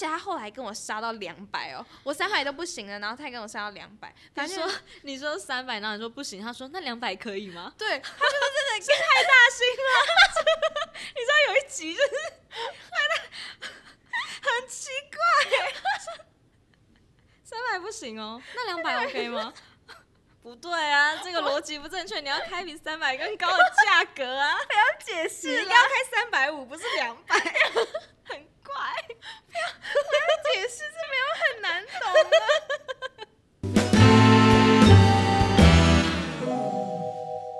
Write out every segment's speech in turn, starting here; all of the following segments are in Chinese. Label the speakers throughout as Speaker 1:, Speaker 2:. Speaker 1: 他后来跟我杀到两百哦，我三百都不行了，然后他还跟我杀到两百，
Speaker 2: 他
Speaker 1: 反正
Speaker 2: 说 你说三百，然后你说不行，他说那两百可以吗？
Speaker 1: 对，他就是真的是太大心了。 你知道有一集就是 太大， 很奇怪，
Speaker 2: 三百不行哦，那两百 OK 吗？ 不对啊，这个逻辑不正确，你要开比三百更高的价格啊，
Speaker 1: 解
Speaker 2: 你
Speaker 1: 释
Speaker 2: 应
Speaker 1: 了
Speaker 2: 该要开三百五，不是两百，很 怪。
Speaker 1: 解释是没有很难懂的。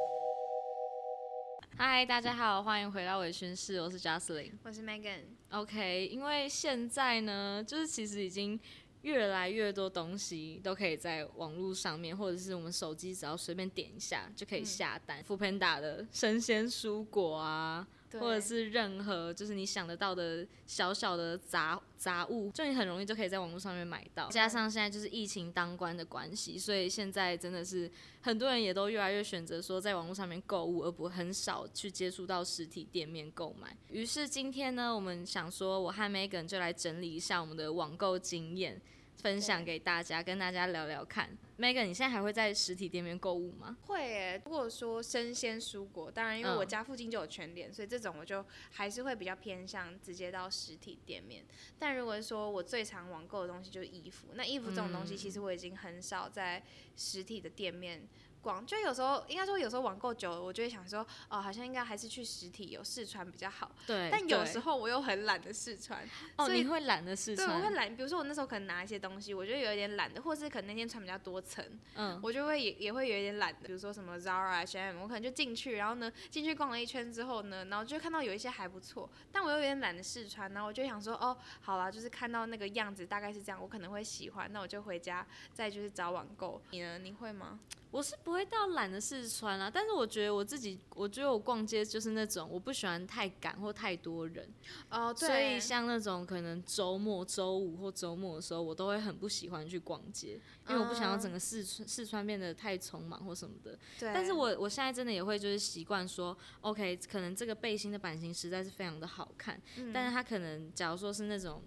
Speaker 2: 嗨，大家好，欢迎回到微醺室，我是 Jocelyn。
Speaker 1: 我是 Megan，
Speaker 2: OK，因为现在呢，就是其实已经越来越多东西都可以在网络上面，或者是我们手机只要随便点一下就可以下单。富 d 达的生鲜蔬果啊，或者是任何就是你想得到的小小的杂杂物，就你很容易就可以在网络上面买到。加上现在就是疫情当官的关系，所以现在真的是很多人也都越来越选择说在网络上面购物，而不很少去接触到实体店面购买。于是今天呢，我们想说，我和 Megan 就来整理一下我们的网购经验。分享给大家，跟大家聊聊看。Megan，你现在还会在实体店面购物吗？
Speaker 1: 会诶。如果说生鲜蔬果，当然因为
Speaker 2: 嗯
Speaker 1: 我家附近就有全联，所以这种我就还是会比较偏向直接到实体店面。但如果说我最常网购的东西就是衣服，那衣服这种东西其
Speaker 2: 嗯
Speaker 1: 实我已经很少在实体的店面。逛，就有时候应该说有时候网购久了，我就会想说，哦，好像应该还是去实体有试穿比较好。
Speaker 2: 哎对
Speaker 1: 但有时
Speaker 2: 候
Speaker 1: 候我又很懒得试穿，
Speaker 2: 哦，
Speaker 1: 所以
Speaker 2: 你会懒得试
Speaker 1: 对，我
Speaker 2: 穿，
Speaker 1: 会懒。比如说我那时候可能拿一些东西，我就有一点懒得，或是可能那天穿比较多层，
Speaker 2: 嗯，
Speaker 1: 我就会也也会有一点懒的，比如说什么 Zara、H&M，我可能就进去，然后呢进去逛了一圈之后呢，然后就看到有一些还不错，但我又有点懒得试穿，然后我就想说，哦，好啦，就是看到那个样子大概是这样，我可能会喜欢，那我就回家再就是找网购。你呢？你会吗？
Speaker 2: 我是不会到懒得试穿啊，但是我觉得我自己，我觉得我逛街就是那种我不喜欢太赶或太多人，
Speaker 1: 哦，
Speaker 2: 所以像那种可能周末、周五或周末的时候，我都会很不喜欢去逛街，因为我不想要整个试穿试穿变得太匆忙或什么的。
Speaker 1: 嗯对，
Speaker 2: 但是我我现在真的也会就是习惯说，OK，可能这个背心的版型实在是非常的好看，
Speaker 1: 嗯
Speaker 2: 但是它可能假如说是那种，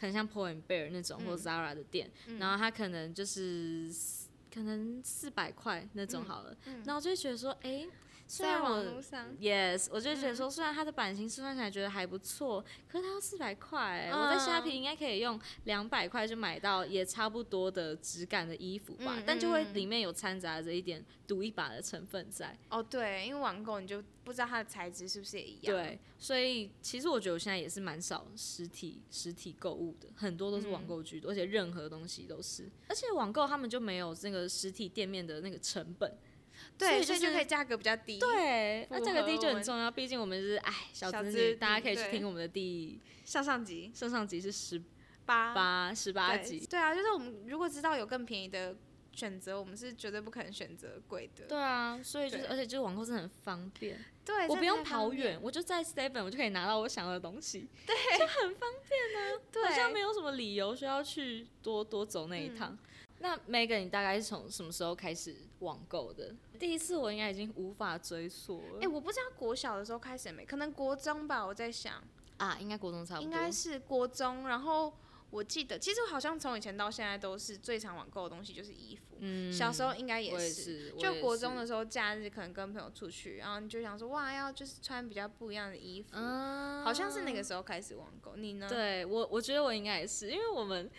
Speaker 2: 可能像 p o and Bear 那
Speaker 1: 嗯
Speaker 2: 种或 Zara 的店，然后它可能就是可能四百块那种好了，然后我就会觉得说，哎、虽
Speaker 1: 嗯在
Speaker 2: 然
Speaker 1: 网
Speaker 2: 我
Speaker 1: 络上。嗯
Speaker 2: Yes，我就觉得说，虽然它的版型试穿起来觉得还不错，可是它要四百块，我在虾皮
Speaker 1: 嗯
Speaker 2: 应该可以用两百块就买到也差不多的质感的衣服吧，
Speaker 1: 嗯
Speaker 2: 但就会
Speaker 1: 嗯嗯
Speaker 2: 里面有掺杂着一点赌一把的成分在。
Speaker 1: 哦，对，因为网购你就不知道它的材质是不是也一样。
Speaker 2: 对，所以其实我觉得我现在也是蛮少实体实体购物的，很多都是
Speaker 1: 嗯
Speaker 2: 网购居多，而且任何东西都是，而且网购他们就没有那个实体店面的那个成本。
Speaker 1: 对，
Speaker 2: 所
Speaker 1: 所
Speaker 2: 以
Speaker 1: 以
Speaker 2: 就
Speaker 1: 就可
Speaker 2: 是
Speaker 1: 以价格比较低。
Speaker 2: 对，啊那
Speaker 1: 符
Speaker 2: 这个
Speaker 1: 合
Speaker 2: 第一就
Speaker 1: 我
Speaker 2: 很
Speaker 1: 们
Speaker 2: 重要，毕竟我们是哎小
Speaker 1: 小
Speaker 2: 资
Speaker 1: 资
Speaker 2: 女，大家
Speaker 1: 女
Speaker 2: 可以去
Speaker 1: 对
Speaker 2: 听我们的第。
Speaker 1: 上上集
Speaker 2: 上上集是十
Speaker 1: 八
Speaker 2: 八十八
Speaker 1: 对
Speaker 2: 集。
Speaker 1: 对啊，就是我们如果知道有更便宜的选择，我们是绝对不可能选择贵的。
Speaker 2: 对啊，所以就是，
Speaker 1: 对
Speaker 2: 而且就是网购真的很方便，
Speaker 1: 对，
Speaker 2: 我
Speaker 1: 这
Speaker 2: 不用
Speaker 1: 太方
Speaker 2: 跑
Speaker 1: 便
Speaker 2: 远，，我就在 Seven，我就可以拿到我想要的东西，
Speaker 1: 对，
Speaker 2: 好像没有什么理由需要去多多走那一趟。那 Megan，你大概是从什么时候开始网购的？第一次我应该已经无法追溯了
Speaker 1: 哎、、我不知道国小的时候开始没，可能国中吧，我在想，
Speaker 2: 啊，应该国中差不多，
Speaker 1: 应该是国中。然后我记得，其实好像从以前到现在都是最常网购的东西就是衣服，
Speaker 2: 嗯
Speaker 1: 小时候应该
Speaker 2: 我也
Speaker 1: 是
Speaker 2: 是，我
Speaker 1: 就
Speaker 2: 也
Speaker 1: 国中
Speaker 2: 是
Speaker 1: 的时候，假日可能跟朋友出去，然后你就想说，哇，要就是穿比较不一样的衣服，
Speaker 2: 啊，
Speaker 1: 好像是那个时候开始网购。你呢？
Speaker 2: 对我，我觉得我应该也是，因为我们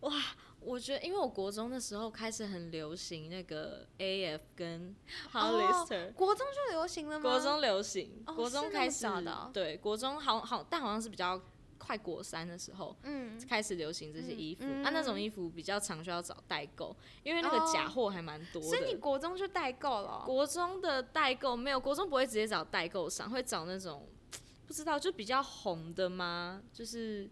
Speaker 2: 哇，我觉得因为我国中的时候开始很流行那个 AF 跟 Hollister，、
Speaker 1: 国中就流行了吗？
Speaker 2: 国中流行，
Speaker 1: 哦
Speaker 2: 国
Speaker 1: 是
Speaker 2: 中
Speaker 1: 那么
Speaker 2: 开始、
Speaker 1: 早的哦
Speaker 2: 对，国中好好，但好像是比较快国三的时候。
Speaker 1: 嗯，
Speaker 2: 开始流行这些衣服、
Speaker 1: 嗯
Speaker 2: 啊，那
Speaker 1: 嗯
Speaker 2: 种衣服比较常需要找代购，因为那个假
Speaker 1: 哦
Speaker 2: 货还蛮多的。
Speaker 1: 所以你国中就代购了哦、
Speaker 2: 国中的代购没有，国中不会直接找代购商，会找那种不知道就比较红的吗？就是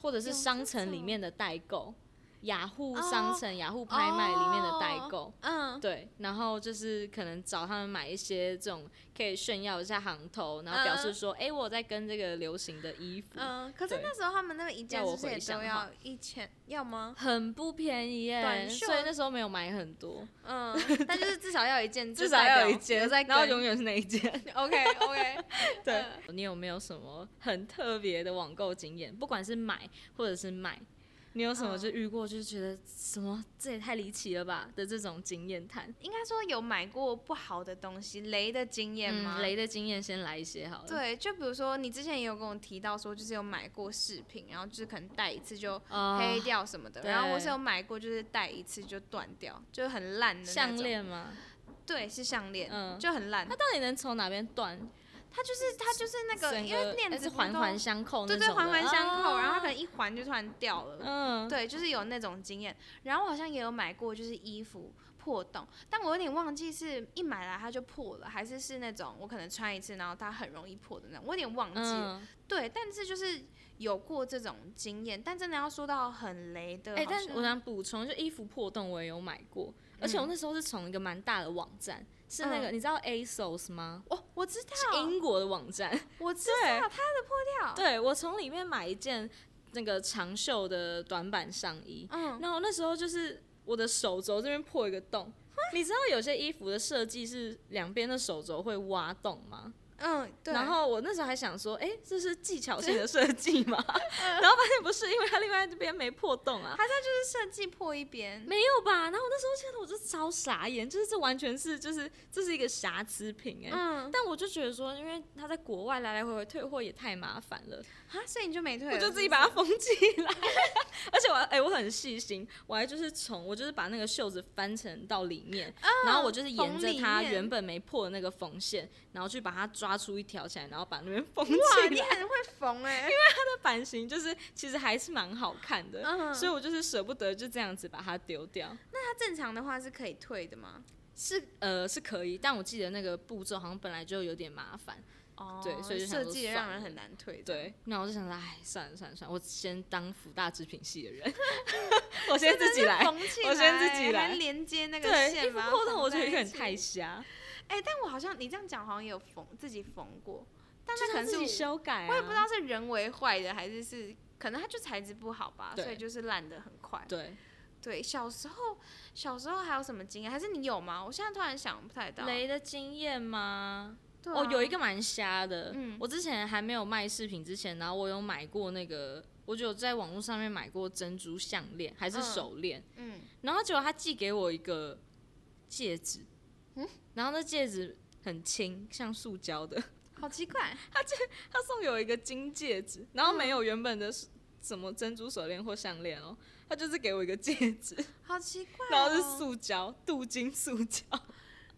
Speaker 2: 或者是
Speaker 1: 有这
Speaker 2: 商城里
Speaker 1: 种
Speaker 2: 面的代购，雅虎
Speaker 1: 哦
Speaker 2: 商城、雅虎拍卖里面的代购。
Speaker 1: 嗯，
Speaker 2: 对，然后就是可能找他们买一些这种可以炫耀一下行头，然后表示
Speaker 1: 嗯
Speaker 2: 说，哎、我有在跟这个流行的衣服，
Speaker 1: 嗯，可是
Speaker 2: 对
Speaker 1: 那时候他们那个一件
Speaker 2: 要
Speaker 1: 是
Speaker 2: 我
Speaker 1: 不是也
Speaker 2: 回想
Speaker 1: 都
Speaker 2: 的
Speaker 1: 要
Speaker 2: 话
Speaker 1: 一千，要 吗？
Speaker 2: 很不便宜耶，
Speaker 1: 短袖
Speaker 2: 所以那时候没有买很多，
Speaker 1: 嗯， 但就是至少要有一件，
Speaker 2: 至少要有一
Speaker 1: 就
Speaker 2: 件，
Speaker 1: 代
Speaker 2: 然后
Speaker 1: 表
Speaker 2: 永
Speaker 1: 有在
Speaker 2: 远是那 一件。
Speaker 1: 跟。OK OK，
Speaker 2: 对，
Speaker 1: 嗯
Speaker 2: 你有没有什么很特别的网购经验？不管是买或者是卖，你有什么
Speaker 1: 嗯
Speaker 2: 就遇过，就是觉得什么这也太离奇了吧的这种经验谈？
Speaker 1: 应该说有买过不好的东西，雷的经验吗？
Speaker 2: 嗯，雷的经验先来一些好了。
Speaker 1: 对，就比如说你之前也有跟我提到说，就是有买过饰品，然后就是可能戴一次就
Speaker 2: 啊，
Speaker 1: 黑掉什么的。
Speaker 2: 对
Speaker 1: 然后我是有买过，就是戴一次就断掉，就是很烂的那
Speaker 2: 项
Speaker 1: 种。
Speaker 2: 链吗？
Speaker 1: 对，是项链，
Speaker 2: 嗯
Speaker 1: 就很烂
Speaker 2: 它。到底能从哪边断？
Speaker 1: 它就是它就是那个，
Speaker 2: 整
Speaker 1: 因为链
Speaker 2: 哎
Speaker 1: 子
Speaker 2: 是
Speaker 1: 不
Speaker 2: 环
Speaker 1: 都
Speaker 2: 环相扣
Speaker 1: 对
Speaker 2: 那
Speaker 1: 对
Speaker 2: 种的，
Speaker 1: 环环相扣，
Speaker 2: 啊
Speaker 1: 然后它可能一环就突然掉了。
Speaker 2: 嗯，
Speaker 1: 对，就是有那种经验。然后我好像也有买过，就是衣服破洞，但我有点忘记是一买来它就破了，还是是那种我可能穿一次，然后它很容易破的那种，我有点忘记了。
Speaker 2: 嗯，
Speaker 1: 对，但是就是有过这种经验，但真的要说到很雷的，
Speaker 2: 哎、
Speaker 1: 好
Speaker 2: 但
Speaker 1: 像嗯
Speaker 2: 我想补充，就衣服破洞我也有买过，而且我那时候是从一个蛮大的网站，是那个、你知道 ASOS 吗？
Speaker 1: 哦，哦我知
Speaker 2: 是
Speaker 1: 道，
Speaker 2: 英国的网站，
Speaker 1: 我知道它的破掉，，
Speaker 2: 对我从里面买一件那个长袖的短版上衣，
Speaker 1: 嗯，
Speaker 2: 然后那时候就是我的手肘这边破一个洞。你知道有些衣服的设计是两边的手肘会挖洞吗？
Speaker 1: 嗯，对，
Speaker 2: 然后我那时候还想说，哎、这是技巧性的设计 吗？然后发现不是，因为它另外这边没破洞啊，
Speaker 1: 它这就是设计破一边，
Speaker 2: 没有吧？然后我那时候觉得我就超傻眼，就是这完全是就是这是一个瑕疵品哎、
Speaker 1: 嗯，
Speaker 2: 但我就觉得说，因为它在国外来来回回退货也太麻烦了，
Speaker 1: 啊，所以你就没退了，
Speaker 2: 我就是自己
Speaker 1: 不是
Speaker 2: 把它封起来。 而且我哎、我很细心，我还就是从我就是把那个袖子翻成到里面，
Speaker 1: 啊
Speaker 2: 然后我就是沿
Speaker 1: 缝
Speaker 2: 着
Speaker 1: 里
Speaker 2: 它
Speaker 1: 面
Speaker 2: 原本没破的那个缝线，然后去把它抓出一条起来，然后把那边缝
Speaker 1: 哇，
Speaker 2: 起
Speaker 1: 你
Speaker 2: 来。
Speaker 1: 很会缝哎、
Speaker 2: 版型就是其实还是蛮好看的，
Speaker 1: 嗯
Speaker 2: 所以我就是舍不得就这样子把它丢掉。
Speaker 1: 它正常的话是可以退的吗？
Speaker 2: 是呃是可以，但我记得那个步骤好像本来就有点麻烦，
Speaker 1: 哦
Speaker 2: 对所以就想
Speaker 1: 设
Speaker 2: 说
Speaker 1: 计得
Speaker 2: 算
Speaker 1: 让人
Speaker 2: 了
Speaker 1: 很难退，，
Speaker 2: 对。那我就想说，哎，算了算了算了，我先当福大织品系的 人，我先自己来。
Speaker 1: 缝起来，
Speaker 2: 我先自己来
Speaker 1: 还连接那个
Speaker 2: 对，衣
Speaker 1: 线
Speaker 2: 服
Speaker 1: 吧，
Speaker 2: 破洞我觉得有点太
Speaker 1: 太……
Speaker 2: 瞎，
Speaker 1: 哎、但我好像你这样讲，好像也有缝自己缝过，但
Speaker 2: 就
Speaker 1: 那
Speaker 2: 是
Speaker 1: 可
Speaker 2: 他
Speaker 1: 能
Speaker 2: 自
Speaker 1: 是
Speaker 2: 己
Speaker 1: 我
Speaker 2: 修改、啊。
Speaker 1: 我也不知道是人为坏的还是是，可能它就材质不好吧，
Speaker 2: 对
Speaker 1: 所以就是烂的很快。
Speaker 2: 对，
Speaker 1: 对，小时候小时候还有什么经验？还是你有吗？我现在突然想不太到。
Speaker 2: 雷的经验吗？
Speaker 1: 对啊、
Speaker 2: 哦，有一个蛮瞎的，
Speaker 1: 嗯
Speaker 2: 我之前还没有卖饰品之前，然后我有买过那个，我就有在网络上面买过珍珠项链还是
Speaker 1: 嗯
Speaker 2: 手链，
Speaker 1: 嗯，
Speaker 2: 然后结果他寄给我一个戒指，然后那戒指很轻，像塑胶的，
Speaker 1: 好奇怪，
Speaker 2: 他送给我一个金戒指，然后没有原本的什么珍珠手链或项链哦，他就是给我一个戒指，
Speaker 1: 好奇怪、哦。
Speaker 2: 然后是塑胶镀金塑胶，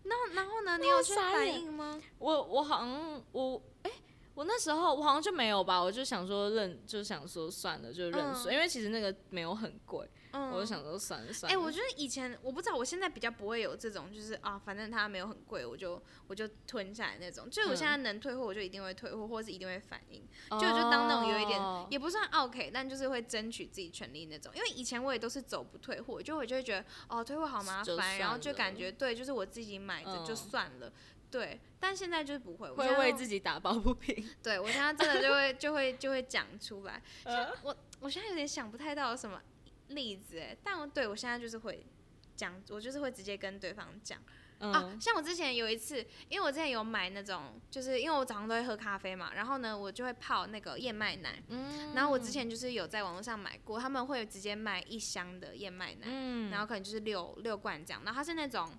Speaker 1: 然后然后呢？你有去
Speaker 2: 傻
Speaker 1: 反
Speaker 2: 眼
Speaker 1: 应吗？
Speaker 2: 我我好像我哎、我那时候我好像就没有吧，我就想说认，就想说算了，就认输，
Speaker 1: 嗯
Speaker 2: 因为其实那个没有很贵，
Speaker 1: 嗯，
Speaker 2: 我就想说算了算
Speaker 1: 哎、
Speaker 2: 了。
Speaker 1: 我觉得以前我不知道，我现在比较不会有这种，就是啊，反正它没有很贵，我就我就吞下来那种。就是我
Speaker 2: 嗯
Speaker 1: 现在能退货，我就一定会退货，或是一定会反应，
Speaker 2: 哦
Speaker 1: 就我就当那种有一点、也不算 OK，但就是会争取自己权利那种。因为以前我也都是走不退货，就我就会觉得哦，退货好麻
Speaker 2: 就
Speaker 1: 烦，然后就
Speaker 2: 算了
Speaker 1: 感觉对，就是我自己买着就
Speaker 2: 嗯
Speaker 1: 算了。对，但现在就是不会，我
Speaker 2: 会
Speaker 1: 现在
Speaker 2: 为自己打抱不平。
Speaker 1: 对我现在真的就会就会就会讲出来。
Speaker 2: 呃
Speaker 1: 我我现在有点想不太到有什么例子哎，但我对我现在就是会讲，我就是会直接跟对方讲、啊。
Speaker 2: 嗯
Speaker 1: 像我之前有一次，因为我之前有买那种，就是因为我早上都会喝咖啡嘛，然后呢我就会泡那个燕麦奶，
Speaker 2: 嗯
Speaker 1: 然后我之前就是有在网络上买过，他们会直接卖一箱的燕麦奶，
Speaker 2: 嗯
Speaker 1: 然后可能就是六六罐这样，然后它是那种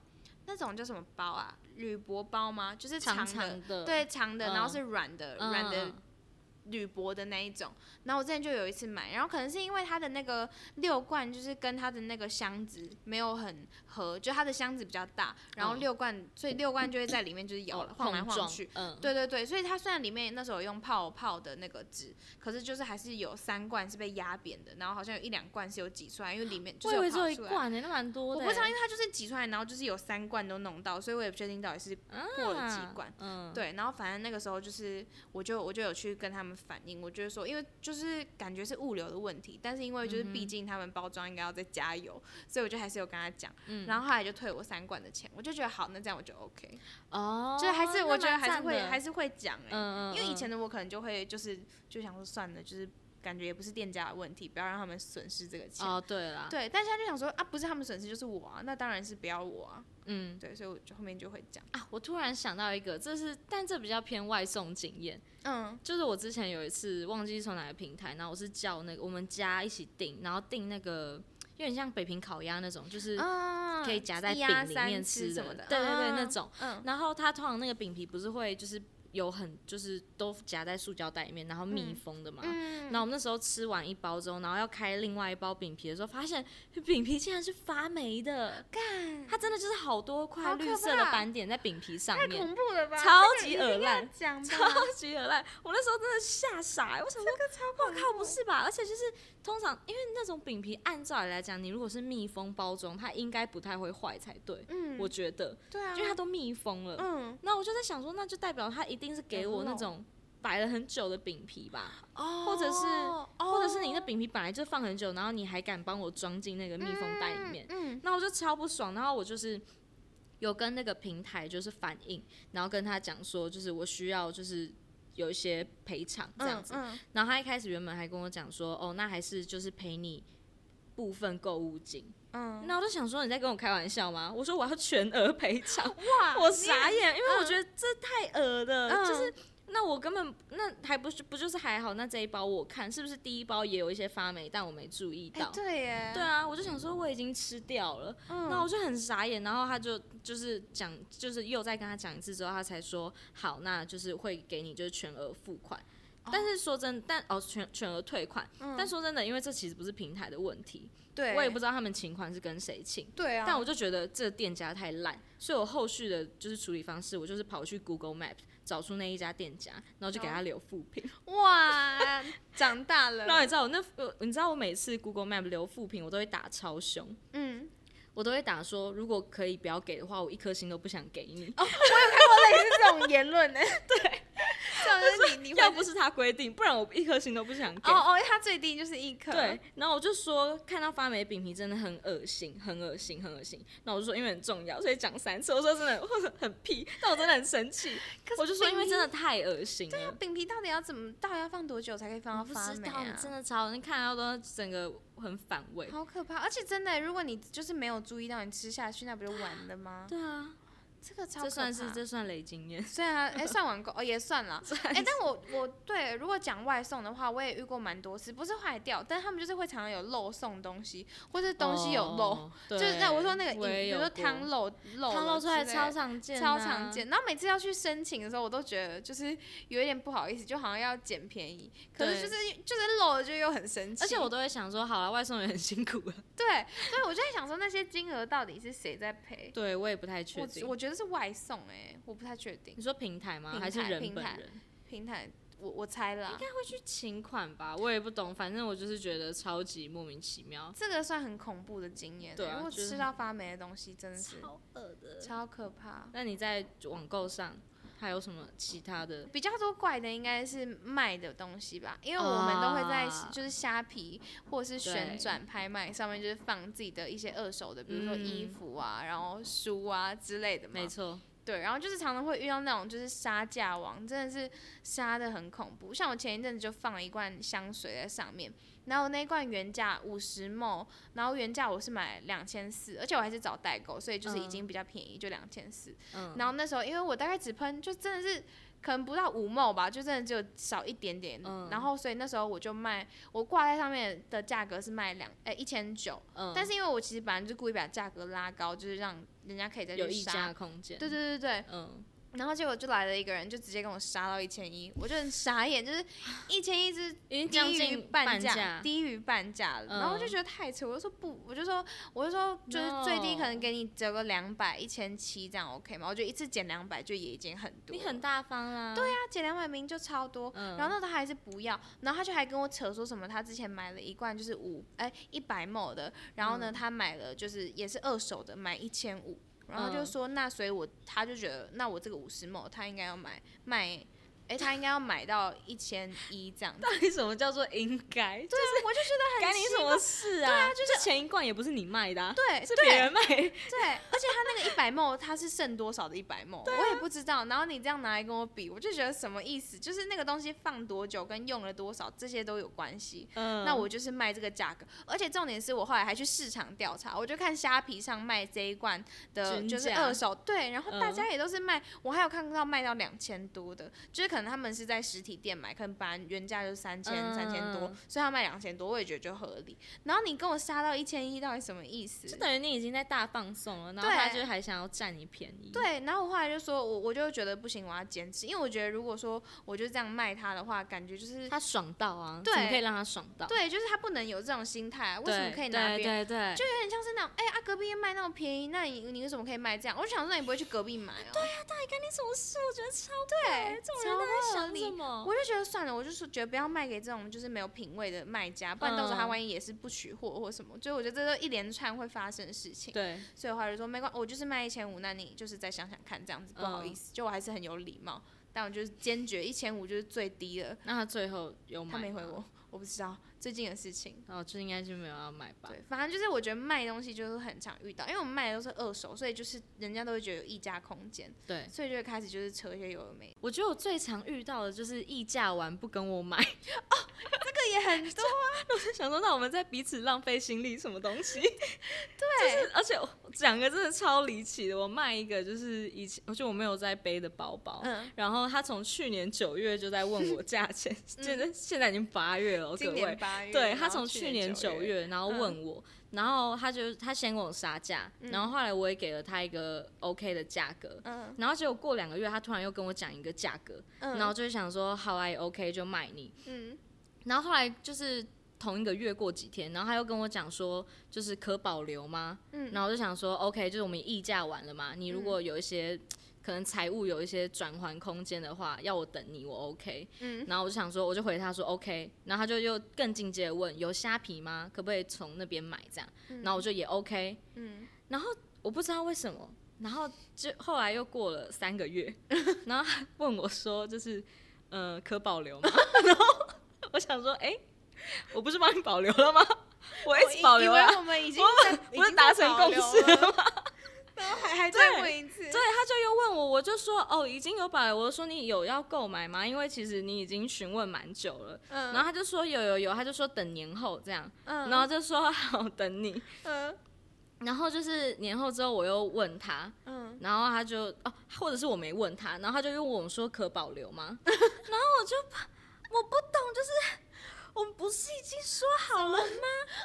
Speaker 1: 那种叫什么包啊，铝箔包吗？就是长
Speaker 2: 长
Speaker 1: 的。
Speaker 2: 长的，
Speaker 1: 对，长的，然后
Speaker 2: 嗯
Speaker 1: 是软的，
Speaker 2: 嗯，
Speaker 1: 软、的铝箔的那一种。然后我之前就有一次买，然后可能是因为它的那个六罐就是跟它的那个箱子没有很合，就它的箱子比较大，然后
Speaker 2: 嗯哦
Speaker 1: 六罐，所以六罐就会在里面就是摇
Speaker 2: 有
Speaker 1: 了晃来晃去。，
Speaker 2: 嗯，
Speaker 1: 对对对，所以它虽然里面那时候有用泡泡的那个纸，可是就是还是有三罐是被压扁的，然后好像有一两罐是有挤出来，因为里面就是
Speaker 2: 我以
Speaker 1: 有
Speaker 2: 为
Speaker 1: 泡
Speaker 2: 只
Speaker 1: 出来。
Speaker 2: 有一罐呢，那蛮多
Speaker 1: 我
Speaker 2: 的欸。
Speaker 1: 不知道，因为它就是挤出来，然后就是有三罐都弄到，所以我也不确定到底是
Speaker 2: 啊
Speaker 1: 过了几罐。
Speaker 2: 嗯，
Speaker 1: 对，然后反正那个时候就是，我就我就有去跟他们们反映，我觉得说，因为就是感觉是物流的问题，但是因为就是毕竟他们包装应该要再加油，所以我就还是有跟他讲，然后后来就退我三罐的钱，我就觉得好，那这样我就 OK，、
Speaker 2: 哦，
Speaker 1: 就是还是
Speaker 2: 那
Speaker 1: 我觉得
Speaker 2: 蛮
Speaker 1: 还是
Speaker 2: 赞
Speaker 1: 会
Speaker 2: 的
Speaker 1: 还是会讲哎、
Speaker 2: 嗯，嗯
Speaker 1: 因为以
Speaker 2: 嗯
Speaker 1: 前的我可能就会就是就想说算了，就是感觉也不是店家的问题，不要让他们损失这个钱。
Speaker 2: 哦对啦，
Speaker 1: 对，但现在就想说啊，不是他们损失就是我啊，那当然是不要我啊。
Speaker 2: 嗯
Speaker 1: 对，所以我就后面就会讲，
Speaker 2: 啊，我突然想到一个，这是但这比较偏外送经验，
Speaker 1: 嗯
Speaker 2: 就是我之前有一次忘记是从哪个平台，然后我是叫那个我们家一起订，然后订那个有点像北平烤鸭那种，就是
Speaker 1: 嗯
Speaker 2: 可以夹在
Speaker 1: 一
Speaker 2: 饼
Speaker 1: 啊
Speaker 2: 里
Speaker 1: 三
Speaker 2: 面
Speaker 1: 吃
Speaker 2: 吃
Speaker 1: 什么的
Speaker 2: 对对对，
Speaker 1: 嗯
Speaker 2: 那种。
Speaker 1: 嗯
Speaker 2: 然后它通常那个饼皮不是会就是有很就是都夹在塑胶袋里面，然后密
Speaker 1: 嗯
Speaker 2: 封的嘛。
Speaker 1: 嗯
Speaker 2: 那我们那时候吃完一包之后，然后要开另外一包饼皮的时候，发现饼皮竟然是发霉的，
Speaker 1: 干
Speaker 2: 它真的就是好多
Speaker 1: 好
Speaker 2: 块
Speaker 1: 可
Speaker 2: 绿色的
Speaker 1: 怕
Speaker 2: 斑点在饼皮上
Speaker 1: 太
Speaker 2: 面，
Speaker 1: 恐怖了吧，
Speaker 2: 超
Speaker 1: 这个
Speaker 2: 级
Speaker 1: 一定
Speaker 2: 恶
Speaker 1: 要
Speaker 2: 烂
Speaker 1: 讲吧，
Speaker 2: 超级恶烂。我那时候真的吓傻、欸，我想说，我靠，不是吧？而且就是通常因为那种饼皮，按照理来讲，你如果是密封包装，它应该不太会坏才对，
Speaker 1: 嗯，
Speaker 2: 我觉得，
Speaker 1: 对啊，
Speaker 2: 因为它都密封了。
Speaker 1: 嗯
Speaker 2: 那我就在想说，那就代表他一定是给嗯我那种摆了很久的饼皮吧，
Speaker 1: 哦
Speaker 2: 或者是或者是你的
Speaker 1: 的
Speaker 2: 饼皮本来就放很久，然后你还敢帮我装进那个密封袋里面，
Speaker 1: 嗯
Speaker 2: 那我就超不爽。然后我就是有跟那个平台就是反映，然后跟他讲说，就是我需要就是。有一些赔偿这样子，
Speaker 1: 嗯
Speaker 2: 然后他一开始原本还跟我讲说，哦，那还是就是赔你部分购物金。
Speaker 1: 嗯，
Speaker 2: 那我就想说，你在跟我开玩笑吗？我说我要全额赔偿，
Speaker 1: 哇
Speaker 2: 我
Speaker 1: 啊你
Speaker 2: 傻眼，因为我觉得这太恶了，
Speaker 1: 嗯
Speaker 2: 就是那我根本那还不是不就是还好，那这一包我看是不是第一包也有一些发霉，但我没注意
Speaker 1: 哎
Speaker 2: 到。
Speaker 1: 对耶，
Speaker 2: 对啊，我就想说我已经吃掉了，
Speaker 1: 嗯，
Speaker 2: 那我就很傻眼，然后他就就是讲，就是又再跟他讲一次之后，他才说好，那就是会给你就是全额付款。但是说真但哦全全额退款，但说真的，因为这其实不是平台的问题，
Speaker 1: 嗯对，
Speaker 2: 我也不知道他们请款是跟谁请，
Speaker 1: 对啊，
Speaker 2: 但我就觉得这店家太烂，所以我后续的就是处理方式，我就是跑去 Google Map 找出那一家店家，然后就给他留负 评。
Speaker 1: 哇，长大了，
Speaker 2: 然后你知道我那呃你知道我每次 Google Map 留负评，我都会打超凶，
Speaker 1: 嗯，
Speaker 2: 我都会打说如果可以不要给的话，我一颗星都不想给你。
Speaker 1: 类似这种言论呢， 对，这种就是你你会
Speaker 2: 要不是他规定，不然我一颗星都不想给。
Speaker 1: 哦哦，因为它最低就是一颗，
Speaker 2: 对，然后我就说看到发霉饼皮真的很恶心，很恶心，很恶心。那我就说因为很重要，所以讲三次。我说真的，我很屁，但我真的很生气。
Speaker 1: 可是
Speaker 2: 我就说因为
Speaker 1: 饼皮
Speaker 2: 真的太恶心了。
Speaker 1: 那饼皮到底要怎么，到底要放多久才可以放
Speaker 2: 我
Speaker 1: 到
Speaker 2: 不
Speaker 1: 发
Speaker 2: 知
Speaker 1: 霉
Speaker 2: 道，
Speaker 1: 啊？哦
Speaker 2: 真的超，你看到都整个很反胃。
Speaker 1: 好可怕！而且真的，如果你就是没有注意到，你吃下去，那不就完了吗？
Speaker 2: 对啊，
Speaker 1: 这个超可
Speaker 2: 这
Speaker 1: 怕。
Speaker 2: 算是这算累经验。
Speaker 1: 虽然哎、算网购哦也算 了，哎、但我我对如果讲外送的话，我也遇过蛮多次，不是坏掉，但他们就是会常常有漏送东西，或是东西有漏，
Speaker 2: 哦，就
Speaker 1: 就是那我说那个饮，比如说汤
Speaker 2: 汤
Speaker 1: 漏漏
Speaker 2: 汤
Speaker 1: 漏
Speaker 2: 漏出来超常见，啊
Speaker 1: 超常。见。然后每次要去申请的时候，我都觉得就是有一点不好意思，就好像要捡便宜，可是
Speaker 2: 对
Speaker 1: 就是就是漏了就又很生气。
Speaker 2: 而且我都会想说，好了，外送员很辛苦啊 了。
Speaker 1: 对，所以我就在想说那些金额到底是谁在赔？
Speaker 2: 对我也不太确
Speaker 1: 我
Speaker 2: 定。
Speaker 1: 我觉得是外送哎、我不太确定
Speaker 2: 你说平台吗？
Speaker 1: 平
Speaker 2: 还是
Speaker 1: 台
Speaker 2: 人
Speaker 1: 平
Speaker 2: 本
Speaker 1: 台
Speaker 2: 人？
Speaker 1: 平台，我我猜啦，
Speaker 2: 会去请款吧？我也不懂，反正我就是觉得超级莫名其妙，
Speaker 1: 这个算很恐怖的经验欸、
Speaker 2: 对啊
Speaker 1: 如果
Speaker 2: 就是
Speaker 1: 吃到发霉的东西，真的是
Speaker 2: 恶的。
Speaker 1: 超可怕。
Speaker 2: 那你在网购上还有什么其他的？
Speaker 1: 比较多怪的应该是卖的东西吧，因为我们都会在
Speaker 2: 啊
Speaker 1: 就是虾皮或是旋
Speaker 2: 对
Speaker 1: 转拍卖上面就是放自己的一些二手的，比如说衣
Speaker 2: 嗯
Speaker 1: 服啊，然后书啊之类的嘛
Speaker 2: 没。错，
Speaker 1: 对，然后就是常常会遇到那种就是杀价王，真的是杀的很恐怖。像我前一阵子就放了一罐香水在上面，然后那一罐原价五十毛，然后原价我是买两千四，而且我还是找代购，所以就是已
Speaker 2: 嗯
Speaker 1: 经比较便宜，就两千四。
Speaker 2: 嗯，
Speaker 1: 然后那时候因为我大概只喷，就真的是可能不到五毛吧，就真的只有少一点点。
Speaker 2: 嗯
Speaker 1: 然后所以那时候我就卖，我挂在上面的价格是卖两哎一千九，
Speaker 2: 嗯
Speaker 1: 但是因为我其实本来就故意把价格拉高，就是让人家可以再
Speaker 2: 有
Speaker 1: 去
Speaker 2: 溢价
Speaker 1: 杀。
Speaker 2: 空间。
Speaker 1: 对对对对，
Speaker 2: 嗯，
Speaker 1: 然后结果就来了一个人，就直接跟我杀到一千一，我就很傻眼，就是一千一是
Speaker 2: 已经将
Speaker 1: 低于
Speaker 2: 近
Speaker 1: 半价，
Speaker 2: 价，
Speaker 1: 低于半价了。
Speaker 2: 嗯
Speaker 1: 然后我就觉得太扯，我就说不，我就说我就说就是最低可能给你折个两百、一千七这样 OK 吗？我觉得一次减两百就也已经很多，
Speaker 2: 你很，大方啦。对啊，
Speaker 1: 他减两百明明就超多。
Speaker 2: 嗯，
Speaker 1: 然后那他还是不要，然后他就还跟我扯说什么，他之前买了一罐就是五哎一百毛的，然后呢、
Speaker 2: 嗯
Speaker 1: 他买了就是也是二手的，买一千五，然后就
Speaker 2: 嗯
Speaker 1: 说、那所以我他就觉得那我这个五十毛他应该要买卖哎、他应该要买到一千一这样 子。
Speaker 2: 到底什么叫做应该？就
Speaker 1: 对啊，我就觉得很
Speaker 2: 干你
Speaker 1: 奇
Speaker 2: 什
Speaker 1: 怪
Speaker 2: 么事啊？对啊，就是前一罐也不是你卖的、啊，
Speaker 1: 对
Speaker 2: 是
Speaker 1: 对
Speaker 2: 别人 卖。
Speaker 1: 对，而且他那个一百梦，他是剩多少的一百梦，
Speaker 2: 啊
Speaker 1: 我也不知道。然后你这样拿来跟我比，我就觉得什么意思？就是那个东西放多久跟用了多少，这些都有关系。
Speaker 2: 嗯，
Speaker 1: 那我就是卖这个价格，而且重点是我后来还去市场调查，我就看虾皮上卖这一罐的，
Speaker 2: 均
Speaker 1: 就是
Speaker 2: 价
Speaker 1: 二手，对，然后大
Speaker 2: 嗯
Speaker 1: 家也都是卖，我还有看到卖到两千多的，就是可能他们是在实体店买，可能本来原价就是三千、三千多
Speaker 2: 嗯，
Speaker 1: 所以他卖两千多，我也觉得就合理。然后你跟我杀到一千一，到底什么意思？
Speaker 2: 就等于你已经在大放送了，然后
Speaker 1: 对
Speaker 2: 他就还想要占你便宜。，
Speaker 1: 对，然后我后来就说，我我就觉得不行，我要坚持，因为我觉得如果说我就这样卖它的话，感觉就是
Speaker 2: 他爽到啊，
Speaker 1: 对
Speaker 2: 怎么可以让他爽到？
Speaker 1: 对，就是他不能有这种心态、啊，为什么
Speaker 2: 对
Speaker 1: 可以拿
Speaker 2: 对
Speaker 1: 别人？
Speaker 2: 对对，
Speaker 1: 就有点像是那种，哎、啊，隔壁卖那么便宜，那你你为什么可以卖这样？我就想说，你不会去隔壁买哦、
Speaker 2: 啊干你什么事？我觉得超
Speaker 1: 对，
Speaker 2: 这种
Speaker 1: 超
Speaker 2: 人到底
Speaker 1: 合
Speaker 2: 想
Speaker 1: 理
Speaker 2: 什么？
Speaker 1: 我就觉得算了，我就是觉得不要卖给这种就是没有品味的卖家，不然到时候他
Speaker 2: 嗯
Speaker 1: 万一也是不取货或什么，所以我觉得这都一连串会发生的事情。
Speaker 2: 对，
Speaker 1: 所以我后来就说没关，我就是卖一千五，那你就是再想想看，这样子不好
Speaker 2: 嗯
Speaker 1: 意思，就我还是很有礼貌，但我就是坚决一千五就是最低了。
Speaker 2: 那他最后有买？
Speaker 1: 他没回我，，我不知道最近的事情。
Speaker 2: 哦，就应该就没有要买吧？
Speaker 1: 对，反正就是我觉得卖东西就是很常遇到，因为我们卖的都是二手，所以就是人家都会觉得有溢价空间，
Speaker 2: 对，
Speaker 1: 所以就会开始就是扯一些有的没的，
Speaker 2: 我觉得我最常遇到的就是议价完不跟我买，
Speaker 1: 这个也很多。
Speaker 2: 就想说那我们在彼此浪费心力什么东西？
Speaker 1: 对，
Speaker 2: 而且我两个真的超离奇的，我卖一个就是以前，就我没有在背的包包，
Speaker 1: 嗯，
Speaker 2: 然后他从去年九月就在问我价钱，现在、现在已经八月了，各
Speaker 1: 嗯今
Speaker 2: 位
Speaker 1: 年，八月，
Speaker 2: 对
Speaker 1: 然
Speaker 2: 他
Speaker 1: 后
Speaker 2: 从去
Speaker 1: 去
Speaker 2: 年九
Speaker 1: 九，嗯
Speaker 2: 月，然后问我，然后他就他先跟我杀价，然后后来我也给了他一个 OK 的价格，
Speaker 1: 嗯
Speaker 2: 然后结果过两个月他突然又跟我讲一个价格，
Speaker 1: 嗯，
Speaker 2: 然后就想说好啊也 OK 就卖你，
Speaker 1: 嗯
Speaker 2: 然后后来就是同一个月过几天，然后他又跟我讲说就是可保留吗？
Speaker 1: 嗯
Speaker 2: 然后我就想说 OK 就是我们议价完了嘛，你如果有一些。可能财务有一些转换空间的话，要我等你，我 OK。
Speaker 1: 嗯
Speaker 2: 然后我就想说，我就回他说 OK，然后他就又更进阶的问有虾皮吗？可不可以从那边买这样？然后我就也 OK，
Speaker 1: 嗯，
Speaker 2: 然后我不知道为什么，然后就后来又过了三个月， 然后他问我说就是呃可保留吗？ 然后我想说哎、我不是帮你保留了吗？ 我一直保留
Speaker 1: 以
Speaker 2: 啊
Speaker 1: 哦为，我们已 经在已
Speaker 2: 不是
Speaker 1: 经在
Speaker 2: 达成
Speaker 1: 保
Speaker 2: 共
Speaker 1: 留
Speaker 2: 识
Speaker 1: 了
Speaker 2: 了吗？
Speaker 1: 然后还还
Speaker 2: 对
Speaker 1: 再问一次，
Speaker 2: 对，他就又问我，我就说哦已经有保留，我就说你有要购买吗？因为其实你已经询问蛮久了。
Speaker 1: 嗯，
Speaker 2: 然后他就说有有有，他就说等年后这样，
Speaker 1: 嗯，
Speaker 2: 然后就说好等你。
Speaker 1: 嗯
Speaker 2: 然后就是年后之后，我又问他，
Speaker 1: 嗯，
Speaker 2: 然后他就哦，或者是我没问他，然后他就又问我说可保 留吗？然后我就我不懂，就是我们不是已经说好了吗？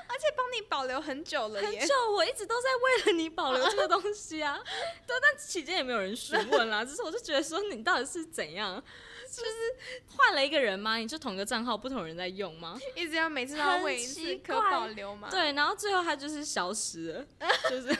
Speaker 1: 而且帮你保留很久了
Speaker 2: 很
Speaker 1: 耶，
Speaker 2: 久我一直都在为了你保留这个东 西啊，对，但期间也没有人询问啦，只是我就觉得说你到底是怎样，就是换了一个人吗？你就同一个账号不同人在用吗？
Speaker 1: 一直要每次都要
Speaker 2: 很
Speaker 1: 问一
Speaker 2: 奇
Speaker 1: 次，可
Speaker 2: 怪
Speaker 1: 保留吗？，
Speaker 2: 对，然后最后他就是消失 了，就是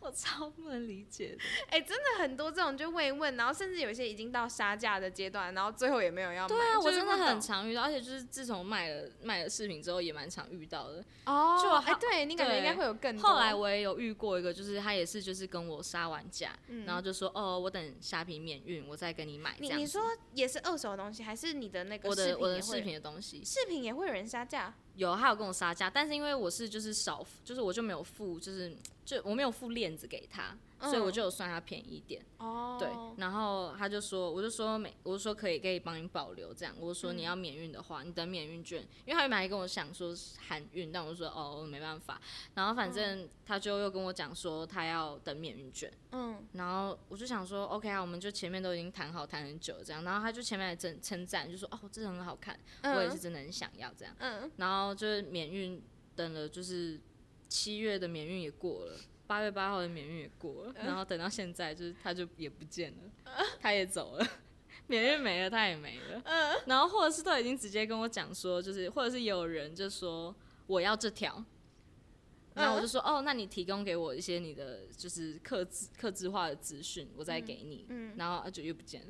Speaker 2: 我超不能理解的。
Speaker 1: 哎，真的很多这种就问一问，然后甚至有一些已经到杀价的阶段，然后最后也没有要买，
Speaker 2: 对啊，
Speaker 1: 就
Speaker 2: 我
Speaker 1: 是
Speaker 2: 真
Speaker 1: 不
Speaker 2: 的很
Speaker 1: 懂
Speaker 2: 常遇到，而且就是自从卖了卖了饰品之后，也蛮常遇到的。
Speaker 1: 哦，
Speaker 2: 就
Speaker 1: 哎，
Speaker 2: 好
Speaker 1: 对你感觉应该
Speaker 2: 对
Speaker 1: 会有更多，
Speaker 2: 后来我也有遇过一个，就是他也是就是跟我杀完价，
Speaker 1: 嗯
Speaker 2: 然后就说哦，我等虾皮免运，我再跟你买这
Speaker 1: 你
Speaker 2: 样
Speaker 1: 你
Speaker 2: 子。
Speaker 1: 说也是二手的东西，还是你的那个
Speaker 2: 我的我的
Speaker 1: 饰
Speaker 2: 饰
Speaker 1: 也会
Speaker 2: 品的东西
Speaker 1: 饰品也会有人杀价？
Speaker 2: 有，他有跟我杀价，但是因为我是就是少，就是我就没有付，就是就我没有付链子给他，所以我
Speaker 1: 嗯
Speaker 2: 就有算他便宜一点。
Speaker 1: 哦，
Speaker 2: 对，然后他就说，我就说没，我就说可以可以帮你保留这样，我就说你
Speaker 1: 嗯
Speaker 2: 要免运的话，你等免运券，因为他原本还跟我想说是含运，但我就说哦没办法，然后
Speaker 1: 嗯
Speaker 2: 反正他就又跟我讲说他要等免运券，
Speaker 1: 嗯
Speaker 2: 然后我就想说 OK 啊，我们就前面都已经谈好谈很久这样，然后他就前面还称称赞，就说哦这很好看，
Speaker 1: 嗯，
Speaker 2: 我也是真的很想要这样，
Speaker 1: 嗯，
Speaker 2: 然后就是免运等了就是七月的免运也过了。八月八号的免运也过了，然后等到现在就是他就也不见 了，他也走了，免运没了，他也没了。然后或者是都已经直接跟我讲说，就是或者是有人就说我要这条，然后我就说哦，那你提供给我一些你的就是克制克制化的资讯，我再给你。
Speaker 1: 嗯
Speaker 2: 然后就又不见了。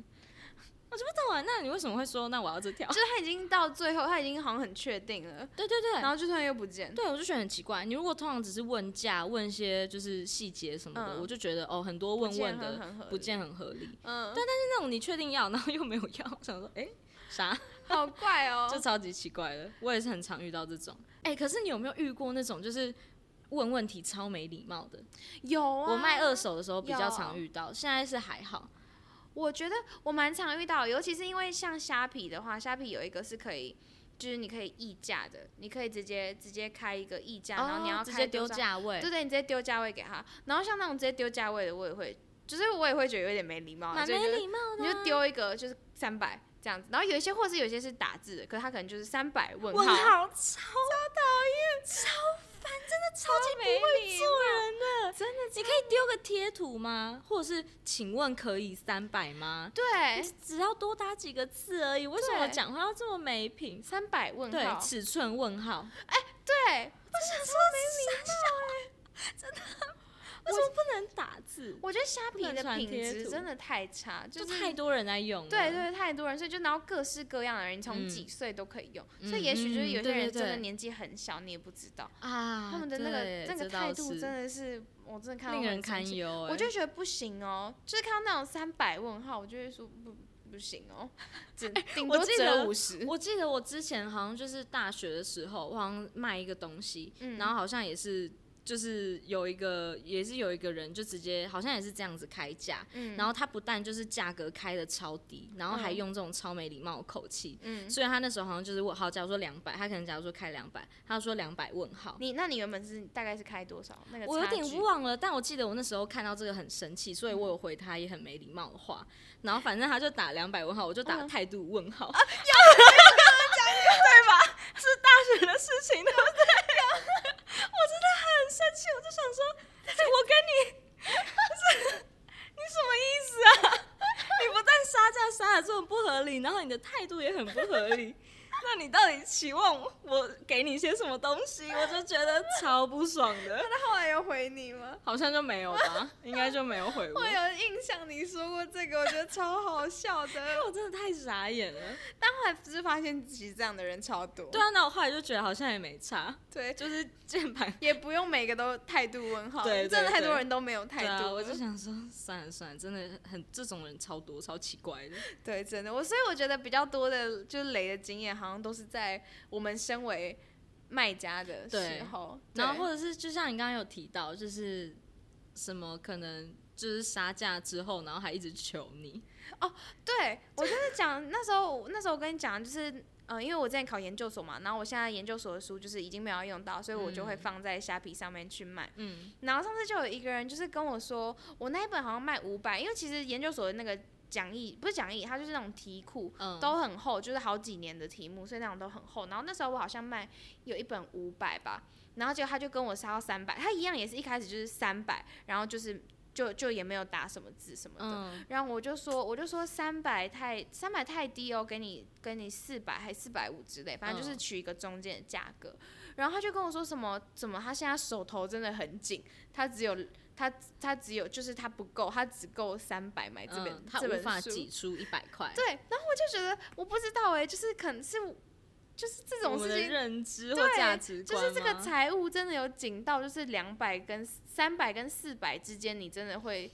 Speaker 2: 我就不懂啊，那你为什么会说那我要这条
Speaker 1: 就？是他已经到最后，他已经好像很确定了，
Speaker 2: 对对对
Speaker 1: 然，后就突然又不见。
Speaker 2: 对，我就觉得很奇怪。你如果通常只是问价、问一些就是细节什么的，
Speaker 1: 嗯
Speaker 2: 我就觉得哦，很多
Speaker 1: 不
Speaker 2: 问
Speaker 1: 见
Speaker 2: 问
Speaker 1: 很
Speaker 2: 的
Speaker 1: 很合
Speaker 2: 不
Speaker 1: 理
Speaker 2: 见很合理。
Speaker 1: 嗯，
Speaker 2: 那种你确定要，然后又没有要，我想说哎、啥，
Speaker 1: 好怪哦、
Speaker 2: 就超级奇怪的。我也是很常遇到这种。哎、可是你有没有遇过那种就是问问题超没礼貌的？
Speaker 1: 有啊，
Speaker 2: 我卖二手的时候比较常
Speaker 1: 有
Speaker 2: 遇到，现在是还好。
Speaker 1: 我觉得我蛮常遇到，尤其是因为像虾皮的话，虾皮有一个是可以，就是你可以议价的，你可以直接直接开一个议价，啊然后你
Speaker 2: 哦
Speaker 1: 要
Speaker 2: 直
Speaker 1: 开
Speaker 2: 接丢
Speaker 1: 多少，
Speaker 2: 价位，
Speaker 1: 对对，你直接丢价位给他。然后像那种直接丢价位的，我也会，就是我也会觉得有点没礼貌啊，
Speaker 2: 蛮
Speaker 1: 所以
Speaker 2: 没
Speaker 1: 就
Speaker 2: 礼貌的
Speaker 1: 你
Speaker 2: 啊、
Speaker 1: 就丢一个就是三百这样子，然后有一些或是有一些是打字的，可是他可能就是三百问
Speaker 2: 问
Speaker 1: 号，
Speaker 2: 号超讨厌，超烦，真的超级不会做人的，真的。你可以丢个贴图吗？或者是请问可以三百吗？
Speaker 1: 对，
Speaker 2: 只要多打几个字而已，为什么讲话要这么没品？
Speaker 1: 三百问
Speaker 2: 对，
Speaker 1: 号，
Speaker 2: 尺寸问号，
Speaker 1: 对，
Speaker 2: 为什么不能打字？
Speaker 1: 我觉得虾皮
Speaker 2: 能
Speaker 1: 的
Speaker 2: 传
Speaker 1: 品
Speaker 2: 贴
Speaker 1: 质
Speaker 2: 图
Speaker 1: 真的太差，
Speaker 2: 就是太多人来用了，
Speaker 1: 对对，太多人，所以就然后各式各样的人，你从
Speaker 2: 嗯
Speaker 1: 几岁都可以用，
Speaker 2: 嗯
Speaker 1: 所以也许就是
Speaker 2: 嗯
Speaker 1: 有些
Speaker 2: 对对
Speaker 1: 人真的
Speaker 2: 对
Speaker 1: 年纪很小，你也不知道、
Speaker 2: 啊，
Speaker 1: 他们的那个
Speaker 2: 对
Speaker 1: 那个
Speaker 2: 这倒
Speaker 1: 态度
Speaker 2: 是
Speaker 1: 真的是，我真的看到
Speaker 2: 令
Speaker 1: 会
Speaker 2: 人
Speaker 1: 很生
Speaker 2: 堪
Speaker 1: 气
Speaker 2: 忧欸。
Speaker 1: 我就觉得不行哦，就是看到那种三百问号，我就会说不不行哦， 只顶
Speaker 2: 哎我
Speaker 1: 多
Speaker 2: 记
Speaker 1: 折
Speaker 2: 得
Speaker 1: 五十，
Speaker 2: 我记得我之前好像就是大学的时候，我好像卖一个东西，
Speaker 1: 嗯
Speaker 2: 然后好像也是就是有一个也是有一个人就直接好像也是这样子开价，
Speaker 1: 嗯
Speaker 2: 然后他不但就是价格开的超低，然后还
Speaker 1: 嗯
Speaker 2: 用这种超没礼貌的口气。
Speaker 1: 嗯，
Speaker 2: 虽然他那时候好像就是我好，假如说两百，他可能假如说开两百，他说两百问号，
Speaker 1: 你那你原本是大概是开多少？那个
Speaker 2: 我有
Speaker 1: 差距
Speaker 2: 点忘了，但我记得我那时候看到这个很生气，所以我有回他也很没礼貌的话，然后反正他就打两百问号，我就打态度问 号，有对吧？是大学的事情，对不对？我 真的很生气，我就想说，我跟你，你什么意思啊？你不但杀价杀的这么不合理，然后你的态度也很不合理。那你到底期望我给你些什么东西？我就觉得超不爽的。
Speaker 1: 那后来有回你吗？
Speaker 2: 好像就没有 吧，应该就没有回我。
Speaker 1: 我有印象你说过这个，我觉得超好笑的。
Speaker 2: 我真的太傻眼了。
Speaker 1: 但后来不是发现其实这样的人超多，
Speaker 2: 对啊，那我后来就觉得好像也没差，
Speaker 1: 对，
Speaker 2: 就是键盘。
Speaker 1: 也不用每个都态度问号，
Speaker 2: 对对
Speaker 1: 真的太多
Speaker 2: 对
Speaker 1: 人都没有态
Speaker 2: 对啊，
Speaker 1: 度
Speaker 2: 我
Speaker 1: 了，
Speaker 2: 就想说，算了算了，真的很这种人超多，超奇怪的。
Speaker 1: 对，真的我，所以我觉得比较多的就是雷的经验，好像都是在我们身为卖家的
Speaker 2: 对
Speaker 1: 时候，
Speaker 2: 然后
Speaker 1: 对
Speaker 2: 或者是就像你刚刚有提到，就是什么可能就是杀价之后，然后还一直求你。
Speaker 1: 对我就是讲那时候，那时候我跟你讲，就是呃，因为我之前考研究所嘛，然后我现在研究所的书就是已经没有要用到，所以我就会
Speaker 2: 嗯
Speaker 1: 放在虾皮上面去卖。
Speaker 2: 嗯，
Speaker 1: 然后上次就有一个人就是跟我说，我那一本好像卖五百，因为其实研究所的那个讲义不是讲义，它就是那种题库，
Speaker 2: 嗯
Speaker 1: 都很厚，就是好几年的题目，所以那种都很厚。然后那时候我好像卖有一本五百吧，然后结果他就跟我杀到三百，他一样也是一开始就是三百，然后就是就就也没有打什么字什么的。
Speaker 2: 嗯，
Speaker 1: 然后我就说，我就说三百太三百太低哦，给你给你四百还四百五之类，反正就是
Speaker 2: 嗯
Speaker 1: 取一个中间的价格。然后他就跟我说什么怎么他现在手头真的很紧，他只有他他只有就是他不够，他只够三百买哎这本、
Speaker 2: 嗯他
Speaker 1: 这
Speaker 2: 无
Speaker 1: 本
Speaker 2: 法
Speaker 1: 书。
Speaker 2: 挤出一百块。
Speaker 1: 对，然后我就觉得我不知道哎、就是可能是就是这
Speaker 2: 我
Speaker 1: 种事
Speaker 2: 们的
Speaker 1: 情，
Speaker 2: 认知或
Speaker 1: 对
Speaker 2: 价值
Speaker 1: 就
Speaker 2: 观
Speaker 1: 是这个
Speaker 2: 吗
Speaker 1: 财务真的有紧到，就是两百跟三百跟四百之间，你真的会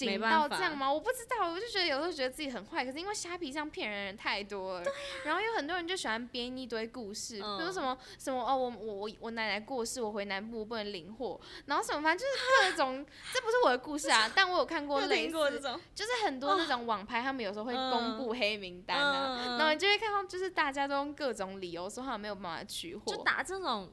Speaker 2: 没
Speaker 1: 紧
Speaker 2: 办
Speaker 1: 到
Speaker 2: 法
Speaker 1: 这样吗？我不知道，我就觉得有时候觉得自己很坏，可是因为虾皮上骗人的人太多了，然后有很多人就喜欢编一堆故事，比如
Speaker 2: 嗯
Speaker 1: 什么什么哦，我我我我奶奶过世，我回南部不能领货，然后什么反正就是各种， 这不是我的故事啊，但我有 看过
Speaker 2: 有
Speaker 1: 类
Speaker 2: 听过
Speaker 1: 似
Speaker 2: 这种嗯
Speaker 1: 就是很多那种网拍，他们有时候会公布黑名单啊，
Speaker 2: 嗯嗯嗯
Speaker 1: 然后你就会看到，就是大家都用各种理由说他们没有办法取货，
Speaker 2: 就打这种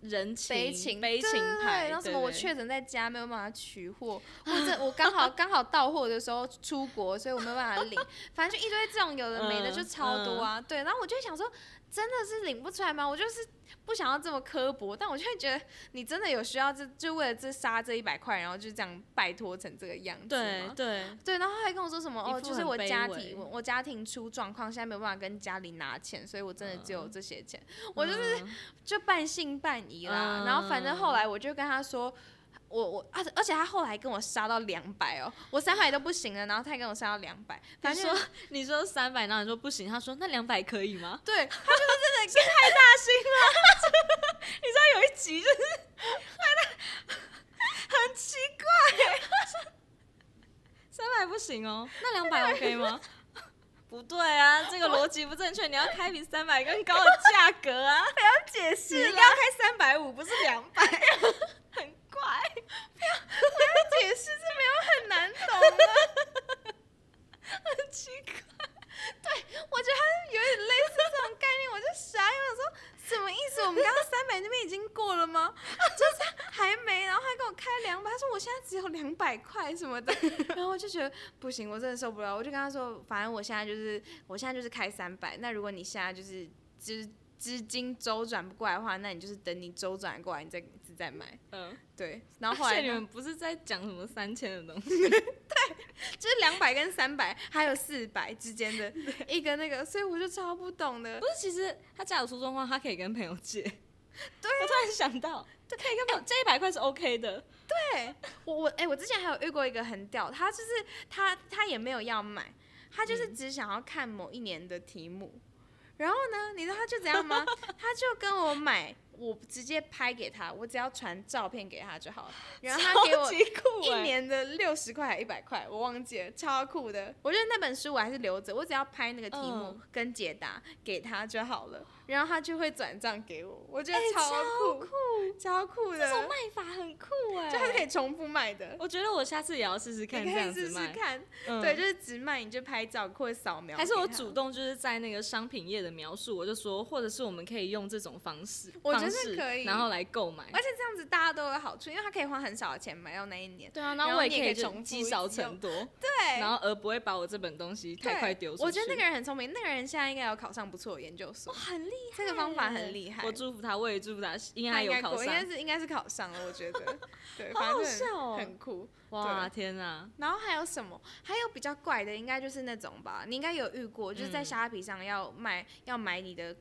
Speaker 2: 人情
Speaker 1: 悲情
Speaker 2: 悲情
Speaker 1: 对
Speaker 2: 牌，
Speaker 1: 然后什
Speaker 2: 对
Speaker 1: 么我
Speaker 2: 对
Speaker 1: 确诊在家没有办法取 货，或者我刚好刚好到货的时候出国，所以我没有办法领，反正就一堆这种有的没的
Speaker 2: 嗯
Speaker 1: 就超多啊，对，然后我就会想说，真的是领不出来吗？我就是不想要这么刻薄，但我就会觉得你真的有需要这就为了这杀这一百块，然后就这样拜托成这个样子吗
Speaker 2: 对？ 对，
Speaker 1: 对，然后还跟我说什么
Speaker 2: 一
Speaker 1: 哦，
Speaker 2: 副
Speaker 1: 就是
Speaker 2: 很
Speaker 1: 我
Speaker 2: 卑
Speaker 1: 家
Speaker 2: 微
Speaker 1: 庭我我家庭出状况，现在没有办法跟家里拿钱，所以我真的只有这些钱，我就是
Speaker 2: 嗯
Speaker 1: 就半信半疑啦。然后反正后来我就跟他说。我我而且而且他后来跟我杀到两百哦，我三百都不行了，然后他还跟我杀到两百，反
Speaker 2: 他
Speaker 1: 正
Speaker 2: 说你说三百，然后你说不行，他说那两百可以吗？
Speaker 1: 对，
Speaker 2: 他有一集就是很奇怪，三百不行哦，那两百 OK 吗？ 不对啊，这个逻辑不正确，你要开比三百更高的价格 啊！
Speaker 1: 解
Speaker 2: 你
Speaker 1: 释
Speaker 2: 应
Speaker 1: 了
Speaker 2: 该要开三百五，不是两百， 很怪。
Speaker 1: 解释是没有很难懂的，很奇怪。对，我觉得他有点类似这种概念，我就傻眼，我说什么意思？我们刚刚三百那边已经过了吗？ 就是还没，然后他给我开两百，他说我现在只有两百块什么的， 然后我就觉得不行，我真的受不了，我就跟他说，反正我现在就是我现在就是开三百，那如果你现在就是资资金周转不过来的话，那你就是等你周转过来，你再你再买。
Speaker 2: 嗯，
Speaker 1: 对，然后后
Speaker 2: 而且
Speaker 1: 来
Speaker 2: 你
Speaker 1: 呢
Speaker 2: 们不是在讲什么三千的东西？
Speaker 1: 就是两百跟三百，还有四百之间的一个那个，所以我就超不懂的
Speaker 2: 不。是，其实他家有出状况，他可以跟朋友借。对、我突然想到，可以跟朋友借一百块是 OK 的。
Speaker 1: 我我哎、我之前还有遇过一个很屌，他就是他他也没有要买，他就是
Speaker 2: 嗯
Speaker 1: 只想要看某一年的题目。然后呢，你知道他就怎样 吗？他就跟我买，我直接拍给他，我只要传照片给他就好了。然后他给我
Speaker 2: 超级酷
Speaker 1: 一
Speaker 2: 欸
Speaker 1: 年的六十块还一百块，我忘记了，超酷的。我觉得那本书我还是留着，我只要拍那个题目
Speaker 2: 嗯
Speaker 1: 跟解答给他就好了，然后他就会转账给我，我觉得
Speaker 2: 欸
Speaker 1: 超
Speaker 2: 超
Speaker 1: 酷，超酷
Speaker 2: 这种
Speaker 1: 的，
Speaker 2: 卖法很酷哎、
Speaker 1: 就它可以重复卖的，
Speaker 2: 我觉得我下次也要试试看
Speaker 1: 你
Speaker 2: 这
Speaker 1: 可
Speaker 2: 样
Speaker 1: 以
Speaker 2: 子
Speaker 1: 试试
Speaker 2: 卖。
Speaker 1: 看。
Speaker 2: 嗯
Speaker 1: 对，就是只卖你就拍照或者扫描，
Speaker 2: 还是我主。动就是在那个商品页的描述，我就说，或者是我们可以用这种方式，
Speaker 1: 我觉得
Speaker 2: 方式
Speaker 1: 可以
Speaker 2: 然后来购买
Speaker 1: 而。且这样子大家都有好处，因为他可以花很少的钱买到那一年。
Speaker 2: 对啊，
Speaker 1: 然
Speaker 2: 然
Speaker 1: 后
Speaker 2: 后我也
Speaker 1: 你也
Speaker 2: 可
Speaker 1: 可以
Speaker 2: 以就
Speaker 1: 重复
Speaker 2: 积
Speaker 1: 一直
Speaker 2: 少成多，
Speaker 1: 对，
Speaker 2: 然后而不会把我这本东西太
Speaker 1: 对
Speaker 2: 快丢出去。
Speaker 1: 我觉得那个人很聪明，那个人现在应该有考上不错的研究所，
Speaker 2: 很厉害，
Speaker 1: 这个方法很厉害
Speaker 2: 我祝福他，我也祝福他，应
Speaker 1: 他
Speaker 2: 该
Speaker 1: 应
Speaker 2: 有
Speaker 1: 该
Speaker 2: 考
Speaker 1: 过，应该
Speaker 2: 上。
Speaker 1: 是应该是考上了，我觉 得。对，
Speaker 2: 好
Speaker 1: 反
Speaker 2: 好
Speaker 1: 正
Speaker 2: 笑哦
Speaker 1: 很很酷。
Speaker 2: 哇，天哪！
Speaker 1: 然后还有什么？还有比较怪的，应该就是那种吧，你应该有遇过，就是在
Speaker 2: 嗯
Speaker 1: 虾皮上要卖要买你的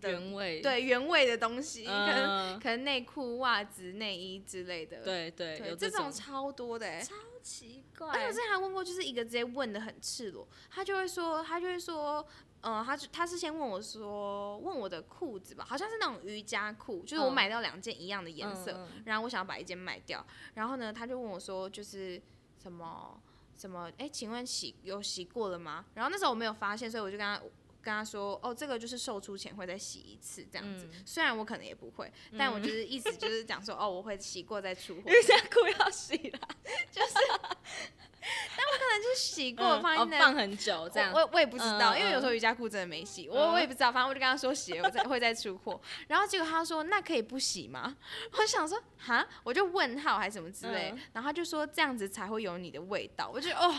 Speaker 1: 的
Speaker 2: 原味，
Speaker 1: 对原味的东西，可能
Speaker 2: 嗯，
Speaker 1: 可能内裤、袜子、内衣之类的。
Speaker 2: 对对，有
Speaker 1: 这
Speaker 2: 种
Speaker 1: 超多的、欸，
Speaker 2: 超奇
Speaker 1: 而且我
Speaker 2: 怪
Speaker 1: 之，前还问过，就是一个直接问的很赤裸，他就会说，他就会说，嗯、他就他是先问我说，问我的裤子吧，好像是那种瑜伽裤，就是我
Speaker 2: 嗯
Speaker 1: 买到两件一样的颜色，
Speaker 2: 嗯嗯
Speaker 1: 然后我想要把一件卖掉，然后呢，他就问我说，就是什么什么，哎，请问洗有洗过了吗？然后那时候我没有发现，所以我就跟他跟他说，哦，这个就是售出前会再洗一次这样子，
Speaker 2: 嗯
Speaker 1: 虽然我可能也不会，但我就是意思就是讲说，哦，我会洗过再 出货，
Speaker 2: 瑜伽裤要洗了，
Speaker 1: 但就是洗过
Speaker 2: 嗯
Speaker 1: 放在那
Speaker 2: 哦放很久这样
Speaker 1: 我。我我也不知道，
Speaker 2: 嗯
Speaker 1: 因为有时候瑜伽裤真的没洗，我我也不知道，反正我就跟他说洗了，我再会再出货。然后结果他说那可以不洗吗？我想说哈，我就问号还是什么之类，
Speaker 2: 嗯啊
Speaker 1: 然后他就说这样子才会有你的味道。我就哦，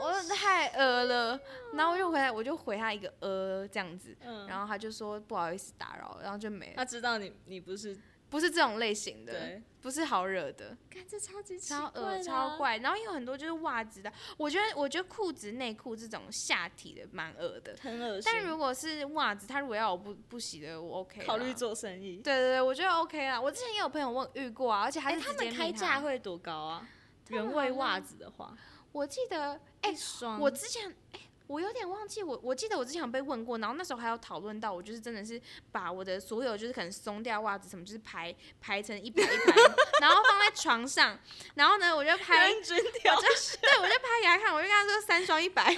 Speaker 1: 我太呃了，然后我就回来，我就回他一个呃这样子，
Speaker 2: 嗯
Speaker 1: 然后他就说不好意思打扰，然后就没了，
Speaker 2: 他知道你你不是
Speaker 1: 不是这种类型的，
Speaker 2: 对，
Speaker 1: 不是好惹的。
Speaker 2: 看这超级
Speaker 1: 超
Speaker 2: 啊
Speaker 1: 恶超，怪，然后也有很多就是袜子的，我觉得我觉得裤子、内裤这种下体的蛮恶的，
Speaker 2: 很恶心。
Speaker 1: 但如果是袜子，他如果要我不不洗的，我 OK 啦。
Speaker 2: 考虑做生意，
Speaker 1: 对对对，我觉得 OK 啦。我之前也有朋友问遇过啊，而且还
Speaker 2: 哎，
Speaker 1: 是
Speaker 2: 他
Speaker 1: 直接
Speaker 2: 们
Speaker 1: 密
Speaker 2: 开
Speaker 1: 他
Speaker 2: 价，会多高啊？
Speaker 1: 他们
Speaker 2: 原味袜子的话，
Speaker 1: 我记得哎
Speaker 2: 一双
Speaker 1: 我之前哎、我有点忘记我我记得我之前有被问过，然后那时候还有讨论到，我就是真的是把我的所有就是可能松掉袜子什么，就是排排成一排一排， 然后放在床上，然后呢我就拍，
Speaker 2: 人均条
Speaker 1: 对我就拍给他看，我就跟他说三双一百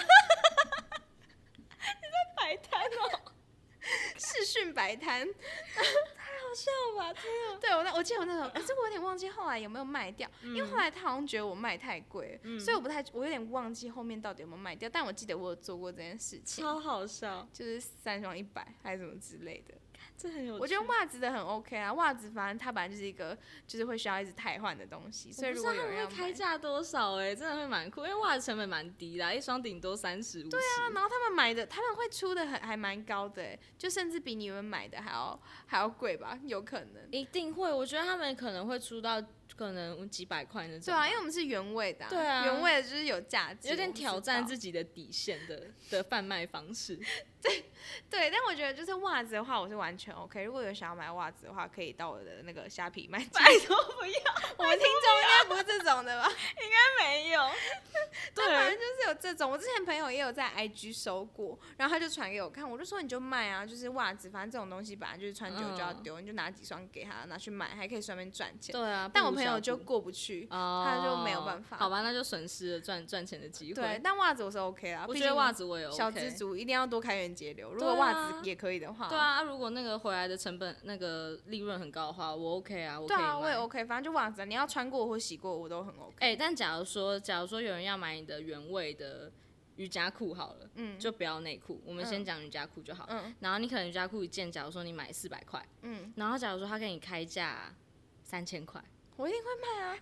Speaker 2: 摆摊哦，
Speaker 1: 视讯摆 摊，
Speaker 2: 好笑吧？天啊，
Speaker 1: 对我那我记得我那时候，可是我有点忘记后来有没有卖掉，因为
Speaker 2: 嗯
Speaker 1: 后来他好像觉得我卖太贵了，所以我不太，我有点忘记后面到底有没有卖掉，但我记得我有做过这件事情，
Speaker 2: 超好笑，
Speaker 1: 就是三双一百还是什么之类的。
Speaker 2: 这很有趣。
Speaker 1: 我觉得袜子的很 OK 啊，袜子反正它本来就是一个就是会需要一直汰换的东西，所以
Speaker 2: 我不
Speaker 1: 如
Speaker 2: 知道
Speaker 1: 果有
Speaker 2: 他们
Speaker 1: 人要
Speaker 2: 会
Speaker 1: 买，
Speaker 2: 开价多少哎、真的会蛮酷，因为袜子成本蛮低的啊、一双顶多三十五。对
Speaker 1: 啊，然后他们买的他们会出的很还蛮高的、欸，就甚至比你们买的还要还要贵吧，有可能。
Speaker 2: 一定会，我觉得他们可能会出到可能几百块那种。
Speaker 1: 对啊，因为我们是原味的、
Speaker 2: 对啊
Speaker 1: 原味的就是有价值，
Speaker 2: 有点挑战
Speaker 1: 己。
Speaker 2: 自己的底线的的贩卖方式。
Speaker 1: 对，但我觉得就是袜子的话，我是完全 OK。如果有想要买袜子的话，可以到我的那个虾皮卖。拜托不要，我们听众应该不是这种的吧？
Speaker 2: 没有，
Speaker 1: 对，反正
Speaker 2: 对，
Speaker 1: 就是有这种。我之前朋友也有在 IG 收过，然后他就传给我看，我就说你就卖啊，就是袜子，反正这种东西本来就是穿久了就要丢，你就拿几双给他，拿去卖，还可以顺便赚钱。
Speaker 2: 对啊。
Speaker 1: 但我
Speaker 2: 不
Speaker 1: 朋
Speaker 2: 如小
Speaker 1: 友就
Speaker 2: 补
Speaker 1: 过不去。
Speaker 2: 哦，
Speaker 1: 他就没有办法
Speaker 2: 好吧，那就损失了赚赚钱的机会。
Speaker 1: 对，，但袜子我是 OK 啦，
Speaker 2: 我
Speaker 1: 毕
Speaker 2: 觉得
Speaker 1: 竟
Speaker 2: 袜子我也 OK。
Speaker 1: 小资族一定要多开源节流。如
Speaker 2: 对
Speaker 1: 果袜
Speaker 2: 啊
Speaker 1: 子也可以的话，
Speaker 2: 对啊，如果那个回来的成本那个利润很高的话，我 OK 啊，我可
Speaker 1: 对
Speaker 2: 以
Speaker 1: 啊，我也
Speaker 2: 买
Speaker 1: OK，反正就袜子啊，你要穿过或洗过，我都很 OK。
Speaker 2: 哎、但假如说，假如说有人要买你的原味的瑜伽裤好了，
Speaker 1: 嗯
Speaker 2: 就不要内裤，我们
Speaker 1: 嗯
Speaker 2: 先讲瑜伽裤就好。
Speaker 1: 嗯
Speaker 2: 然后你可能瑜伽裤一件，假如说你买四百块，
Speaker 1: 嗯，
Speaker 2: 然后假如说他给你开价三千块
Speaker 1: 我一定会卖 啊，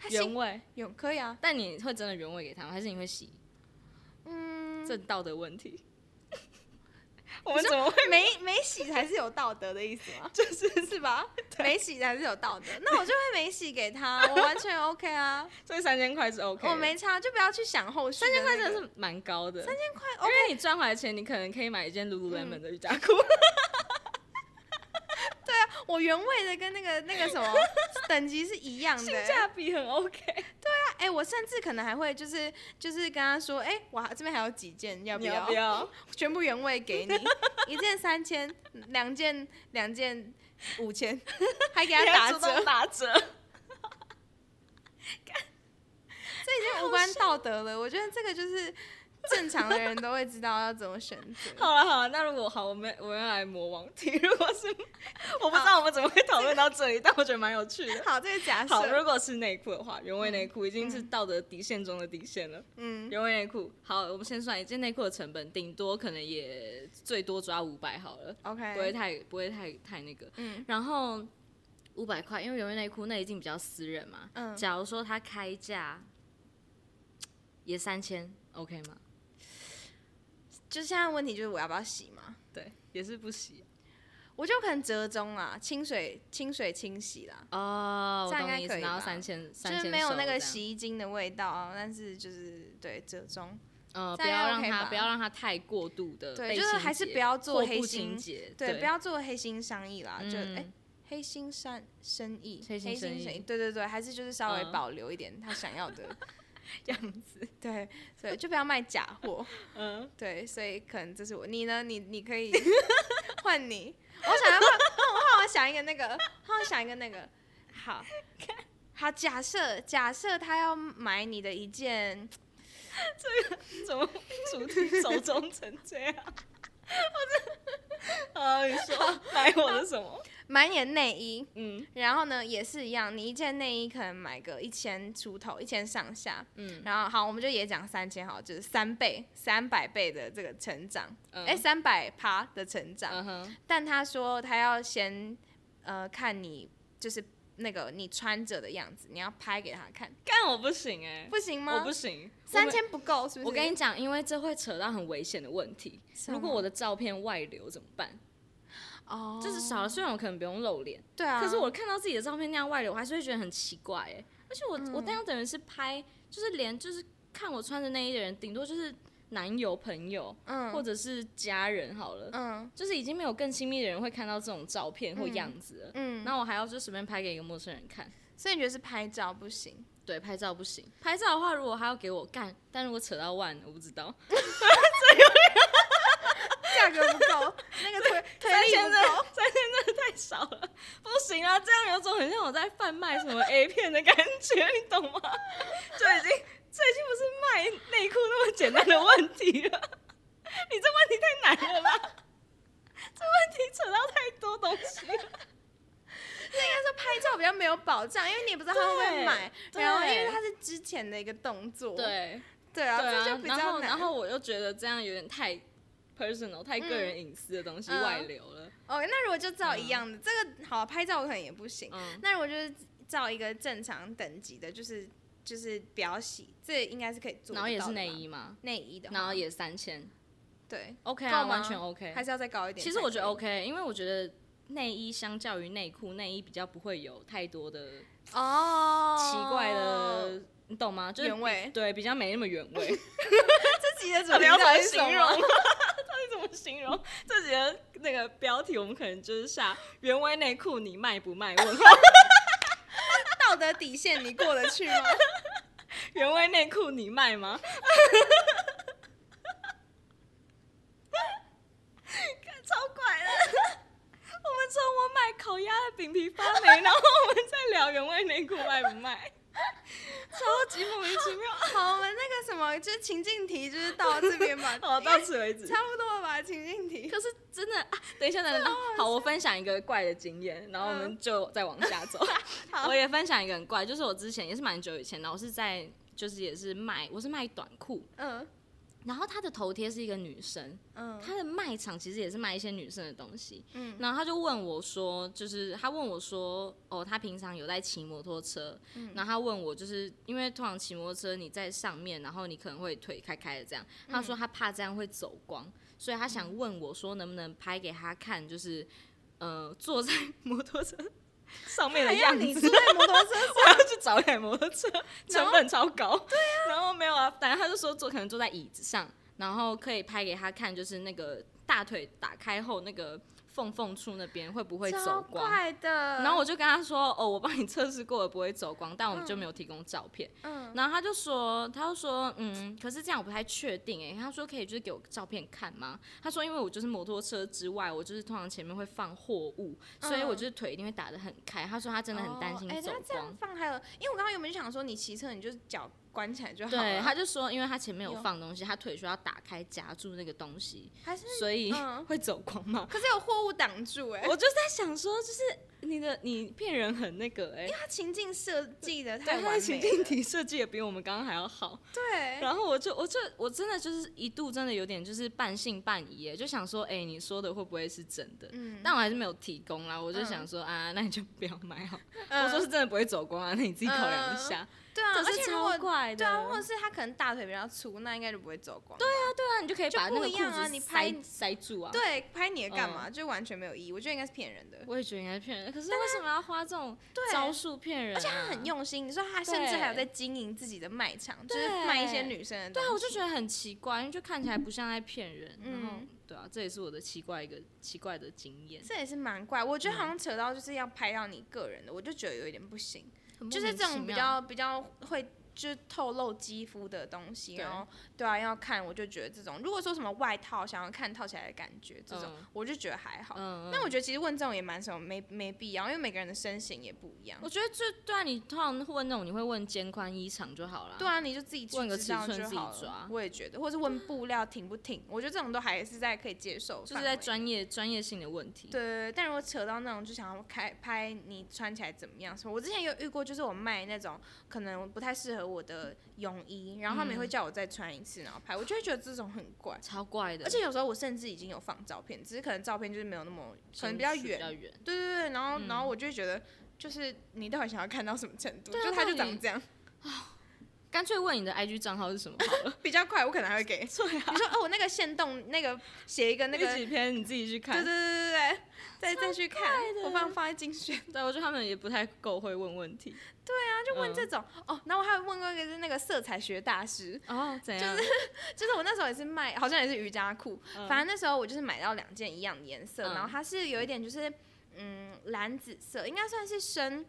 Speaker 1: 他
Speaker 2: 原
Speaker 1: 信
Speaker 2: 味，
Speaker 1: 有可以 啊，
Speaker 2: 但你会真的原味给他吗？还是你会洗？
Speaker 1: 嗯，
Speaker 2: 这道德问 题。我们怎么会？
Speaker 1: 没没洗才是有道德的意思 吗？就是是吧？ 没洗才是有道德，那我就会没洗给他，我完全 OK 啊，
Speaker 2: 所以三千块是 OK，
Speaker 1: 我没差，就不要去想后续的那个。
Speaker 2: 那真的是蛮高的。三千块，嗯
Speaker 1: OK
Speaker 2: 因为你赚回来钱，你可能可以买一件 Lululemon 的瑜伽 裤。
Speaker 1: 我原味的跟那个那个 什么等级是一样的、
Speaker 2: 性价比很 OK，
Speaker 1: 哎、我甚至可能还会就是就是跟他说，哎、我还这边还有几件，要不
Speaker 2: 你要不 要？
Speaker 1: 全部原味给你，一件三千，两件两件五千，还给他
Speaker 2: 你还
Speaker 1: 打
Speaker 2: 主
Speaker 1: 折，
Speaker 2: 动打折，
Speaker 1: 这已经无关道德了。我觉得这个就是正常的人都会知道要怎么选择。
Speaker 2: 好了好了，那如果好，我们我要来魔王题。如果是我不知道我们怎么会讨论到这里，但我觉得蛮有趣 的。
Speaker 1: 好，这个假
Speaker 2: 好，
Speaker 1: 设，
Speaker 2: 如果是内裤的话，原味内裤已经是道德底线中的底线了。
Speaker 1: 嗯，
Speaker 2: 原味内裤，好，我们先算一件内裤的成本，顶多可能也最多抓五百好了，不会
Speaker 1: OK，
Speaker 2: 太不会太太那个。
Speaker 1: 嗯
Speaker 2: 然后五百块，因为原味内裤那一定比较私人嘛。
Speaker 1: 嗯，
Speaker 2: 假如说它开价也三千，OK 吗？
Speaker 1: 就现在问题就是我要不要洗嘛？
Speaker 2: 对，也是不
Speaker 1: 啊
Speaker 2: 洗
Speaker 1: 我就可能折中啦，清水清水清洗啦，
Speaker 2: 哦。我
Speaker 1: 这样
Speaker 2: 懂
Speaker 1: 应
Speaker 2: 你意
Speaker 1: 该可
Speaker 2: 思，
Speaker 1: 以
Speaker 2: 然后
Speaker 1: 吧
Speaker 2: 三千，
Speaker 1: 就
Speaker 2: 三
Speaker 1: 是
Speaker 2: 千
Speaker 1: 没有
Speaker 2: 收
Speaker 1: 那
Speaker 2: 这
Speaker 1: 个
Speaker 2: 样，
Speaker 1: 洗衣精的味道啊，但是就是对折中，
Speaker 2: 呃，不
Speaker 1: 这样
Speaker 2: 要
Speaker 1: 应该 OK
Speaker 2: 让它
Speaker 1: 吧
Speaker 2: 不要让它太过度的
Speaker 1: 对
Speaker 2: 被
Speaker 1: 就是
Speaker 2: 清
Speaker 1: 还是
Speaker 2: 洁
Speaker 1: 不要做
Speaker 2: 过
Speaker 1: 黑
Speaker 2: 度
Speaker 1: 心
Speaker 2: 清洁，
Speaker 1: 对，不要做黑心商议啦，就哎。
Speaker 2: 嗯
Speaker 1: 黑心生生意，
Speaker 2: 黑心
Speaker 1: 心
Speaker 2: 生意
Speaker 1: 意，对对对，还是就是稍微
Speaker 2: 嗯
Speaker 1: 保留一点他想要的，
Speaker 2: 这样子，
Speaker 1: 对对，就不要卖假货，
Speaker 2: 嗯，
Speaker 1: 对，所以可能这是我，你呢？你你可以 换你，我想要换，换我换我想一个那个，换我想一个那个，好，好，假设假设他要买你的一件，
Speaker 2: 怎么主题走中成这 样？我真的，啊，你说买我的什么？
Speaker 1: 买你的内衣，
Speaker 2: 嗯
Speaker 1: 然后呢也是一样，你一件内衣可能买个一千出头，一千上下，
Speaker 2: 嗯，
Speaker 1: 然后好，我们就也讲三千好，就是三倍、三百倍的这个成长，
Speaker 2: 嗯
Speaker 1: 哎、三百趴的成长。
Speaker 2: 嗯哼，
Speaker 1: 但他说他要先呃看你就是那个你穿着的样子，你要拍给他看，
Speaker 2: 干我不行哎，
Speaker 1: 不行
Speaker 2: 嗯我
Speaker 1: 吗
Speaker 2: 不？行，我
Speaker 1: 三
Speaker 2: 没
Speaker 1: 千不够是不是？
Speaker 2: 我跟你讲，因为这会扯到很危险的问题。
Speaker 1: 什么
Speaker 2: 如果我的照片外流怎么办？
Speaker 1: 哦，
Speaker 2: 就是少了，虽然我可能不用露脸，
Speaker 1: 对啊，
Speaker 2: 可是我看到自己的照片那样外流，我还是会觉得很奇怪哎。而且我、
Speaker 1: 嗯
Speaker 2: 我那样等于是拍，就是连就是看我穿着内衣的人，顶多就是男友、朋友、
Speaker 1: 嗯
Speaker 2: 或者是家人好了，
Speaker 1: 嗯
Speaker 2: 就是已经没有更亲密的人会看到这种照片或样子了。
Speaker 1: 嗯，
Speaker 2: 那我还要就随便拍给一个陌生人看，
Speaker 1: 所以你觉得是拍照不行？
Speaker 2: 对，拍照不行。拍照的话，如果他要给我干，但如果扯到万，我不知道。
Speaker 1: 价格不够，那个 推推
Speaker 2: 三
Speaker 1: 力
Speaker 2: 千
Speaker 1: 不
Speaker 2: 真的
Speaker 1: 够，
Speaker 2: 三千真的太少了，不行啊！这样有种很像我在贩卖什么 A 片的感觉，你懂吗？就已经这已经不是卖内裤那么简单的问题了，你这问题太难了啦，这问题扯到太多东西了。
Speaker 1: 但是拍照比较没有保障，因为你也不知道他会不会
Speaker 2: 对
Speaker 1: 买，
Speaker 2: 对
Speaker 1: 然后因为它是之前的一个动作，
Speaker 2: 对
Speaker 1: 对
Speaker 2: 对
Speaker 1: 啊，
Speaker 2: 啊，
Speaker 1: 这就比
Speaker 2: 然
Speaker 1: 较
Speaker 2: 后
Speaker 1: 难。
Speaker 2: 然后我又觉得这样有点太 personal，太个人隐私的东西
Speaker 1: 嗯
Speaker 2: 外流了。
Speaker 1: 哦，那如果就照一样的，这个好拍照我可能也不行。
Speaker 2: 嗯，
Speaker 1: 那如果就是照一个正常等级的，就是就是表洗，这应该是可以做。
Speaker 2: 然后也是内，衣嘛，
Speaker 1: 内衣的话，
Speaker 2: 然后也嗯三千
Speaker 1: 对，
Speaker 2: ，OK
Speaker 1: 啊够
Speaker 2: 啊，
Speaker 1: 吗
Speaker 2: 完全 OK，
Speaker 1: 还是要再高一点才可以。
Speaker 2: 其实我觉得 OK，因为我觉得内衣相较于内裤，内衣比较不会有太多的
Speaker 1: 哦，
Speaker 2: 奇怪的，你懂吗？就是
Speaker 1: 原味
Speaker 2: 对，比较没那么原味。
Speaker 1: 自己的
Speaker 2: 到
Speaker 1: 主
Speaker 2: 底
Speaker 1: 题
Speaker 2: 要怎么
Speaker 1: 底是什
Speaker 2: 形容？到底怎么形容这几个那个标题？我们可能就是下原味内裤你卖不卖？问号
Speaker 1: 道德底线你过得去吗？
Speaker 2: 原味内裤你卖吗？看超怪的！我们从我买烤鸭的饼皮发霉，然后我们再聊原味内裤卖不卖，超级莫名其妙。
Speaker 1: 好，我们那个什么，就是情境题，就是到这边吧，
Speaker 2: 好，到此为止
Speaker 1: 差。不多了吧，情境题。
Speaker 2: 可是真的 啊，等一下，等一下，好，我分享一个怪的经验，然后我们就再往下 走。
Speaker 1: 好
Speaker 2: 我也分享一个很怪，就是我之前也是蛮久以前，然后我是在就是也是卖，我是卖短裤，
Speaker 1: 嗯
Speaker 2: 然后她的头贴是一个女生，
Speaker 1: 嗯
Speaker 2: 她的卖场其实也是卖一些女生的东西，
Speaker 1: 嗯
Speaker 2: 然后她就问我说，就是她问我说，哦，她平常有在骑摩托车，
Speaker 1: 嗯
Speaker 2: 然后她问我，就是因为通常骑摩托车你在上面，然后你可能会腿开开的这样，
Speaker 1: 嗯
Speaker 2: 她说她怕这样会走光，所以她想问我说能不能拍给她看，就是呃坐在 摩托车上面的
Speaker 1: 还
Speaker 2: 样
Speaker 1: 要
Speaker 2: 子，
Speaker 1: 你坐在摩托车上，
Speaker 2: 我要去找一台摩托车，
Speaker 1: 然后
Speaker 2: 成本超高。对啊，然后没有啊，反正他就说坐，可能坐在椅子上，然后可以拍给他看，就是那个大腿打开后那个缝缝处那边会不会走
Speaker 1: 超
Speaker 2: 光。
Speaker 1: 怪的。
Speaker 2: 然后我就跟他说：“哦，我帮你测试过了，不会走光，但我们就没有提供照片。
Speaker 1: 嗯
Speaker 2: 然后他就说：“他就说，嗯，可是这样我不太确定诶、他说：“可以就是给我照片看吗？”他说：“因为我就是摩托车之外，我就是通常前面会放货物，所以我就是腿一定会打得很开。”他说他真的很担心
Speaker 1: 嗯哦哎、
Speaker 2: 走
Speaker 1: 他这
Speaker 2: 光。
Speaker 1: 样放还有，因为我刚刚原本就想说，你骑车你就是脚关起来就好了。
Speaker 2: 对，他就说，因为他前面有
Speaker 1: 有
Speaker 2: 放东西，他腿需要打开夹住那个东西，
Speaker 1: 还是，
Speaker 2: 所以、
Speaker 1: 嗯
Speaker 2: 会走光嘛。
Speaker 1: 可是有货物挡住哎、
Speaker 2: 我就在想说，就是你的你骗人很那个哎、欸，
Speaker 1: 他情境设计的太
Speaker 2: 对，啊
Speaker 1: 完
Speaker 2: 他
Speaker 1: 美
Speaker 2: 的
Speaker 1: 了。哎
Speaker 2: 情境题设计也比我们刚刚还要好。
Speaker 1: 对，
Speaker 2: 然后我就我就我真的就是一度真的有点就是半信半疑欸，就想说，哎、你说的会不会是真的？
Speaker 1: 嗯
Speaker 2: 但我还是没有提供啦，我就
Speaker 1: 嗯
Speaker 2: 想说、啊，那你就不要买好。
Speaker 1: 嗯
Speaker 2: 我说是真的不会走光啊，那你自己考量一下。
Speaker 1: 对啊，而
Speaker 2: 可
Speaker 1: 且
Speaker 2: 是
Speaker 1: 如
Speaker 2: 超
Speaker 1: 果
Speaker 2: 怪的，
Speaker 1: 对啊，或者是他可能大腿比较粗，那应该就不会走光。对
Speaker 2: 对啊，你就可以
Speaker 1: 就
Speaker 2: 把那
Speaker 1: 不
Speaker 2: 个
Speaker 1: 一
Speaker 2: 裤
Speaker 1: 样啊
Speaker 2: 子
Speaker 1: 你
Speaker 2: 塞、
Speaker 1: 拍
Speaker 2: 塞住啊。
Speaker 1: 对，拍你的干嘛？
Speaker 2: 嗯
Speaker 1: 就完全没有意义，我觉得应该是骗人的。
Speaker 2: 我也觉得应该是骗人，可是为什么要花这种
Speaker 1: 对
Speaker 2: 招数骗人、啊？
Speaker 1: 而且他很。用心，你说他甚至还有在经营自己的卖场，就是
Speaker 2: 对
Speaker 1: 卖一些女生的东
Speaker 2: 对
Speaker 1: 西。
Speaker 2: 啊，我就觉得很奇怪，因为就看起来不像在骗人。然后
Speaker 1: 嗯，
Speaker 2: 对啊，这也是我的奇怪一个奇怪的经验，
Speaker 1: 这也是蛮怪。我觉
Speaker 2: 嗯
Speaker 1: 得好像扯到就是要拍到你个人的，我就觉得有一点不行。
Speaker 2: 很莫
Speaker 1: 就是
Speaker 2: 名
Speaker 1: 这
Speaker 2: 其
Speaker 1: 种比
Speaker 2: 妙
Speaker 1: 较比较会就是透露肌肤的东西，
Speaker 2: 对
Speaker 1: 然后对啊要看，我就觉得这种如果说什么外套想要看套起来的感觉，这种、
Speaker 2: 嗯
Speaker 1: 我就觉得还好。
Speaker 2: 嗯，
Speaker 1: 那我觉得其实问这种也蛮什么没没必要，因为每个人的身形也不一样
Speaker 2: 我。觉得就对啊，你通常问那种，你会问肩宽衣长就好了。
Speaker 1: 对啊，你就自己去
Speaker 2: 问个
Speaker 1: 知道
Speaker 2: 尺寸
Speaker 1: 就
Speaker 2: 自己
Speaker 1: 好了
Speaker 2: 抓。
Speaker 1: 我也觉得，或是问布料挺不挺，我觉得这种都还是在可以接受，
Speaker 2: 就是在
Speaker 1: 专。
Speaker 2: 专业专业性的问题。
Speaker 1: 对对对，但如果扯到那种就想要开拍你穿起来怎么样什么，我之前有遇过，就是我卖那种可能不太适合我的泳衣，然后他们也
Speaker 2: 嗯
Speaker 1: 会叫我再穿一次，然后拍，我就会觉得这种很怪。
Speaker 2: 超怪的，
Speaker 1: 而且有时候我甚至已经有放照片，只是可能照片就是没有那么可能比较
Speaker 2: 较比
Speaker 1: 远，
Speaker 2: 较远。
Speaker 1: 对对对，然后、然后我就会觉得，就是你到底想要看到什么程度，
Speaker 2: 对啊
Speaker 1: 就它
Speaker 2: 到
Speaker 1: 就长
Speaker 2: 底
Speaker 1: 这样，
Speaker 2: 干脆问你的 IG 账号是什么好了，
Speaker 1: 比较快，我可能还会给。
Speaker 2: 对啊，
Speaker 1: 你说哦，我那个线动那个写一个那
Speaker 2: 那
Speaker 1: 个，
Speaker 2: 几篇你自己去
Speaker 1: 对对对
Speaker 2: 看。
Speaker 1: 对对，再再去看，
Speaker 2: 的
Speaker 1: 我放放在精选。
Speaker 2: 对，我觉得他们也不太够会问问题。对啊，
Speaker 1: 就问这种、哦，然后我还有问过一个是那个色彩学大师，
Speaker 2: 哦，怎样？
Speaker 1: 就是我那时候也是卖，好像也是瑜伽裤，
Speaker 2: 嗯
Speaker 1: 反正那时候我就是买到两件一样的颜色，
Speaker 2: 嗯
Speaker 1: 然后它是有一点就是嗯蓝紫色，应该算是深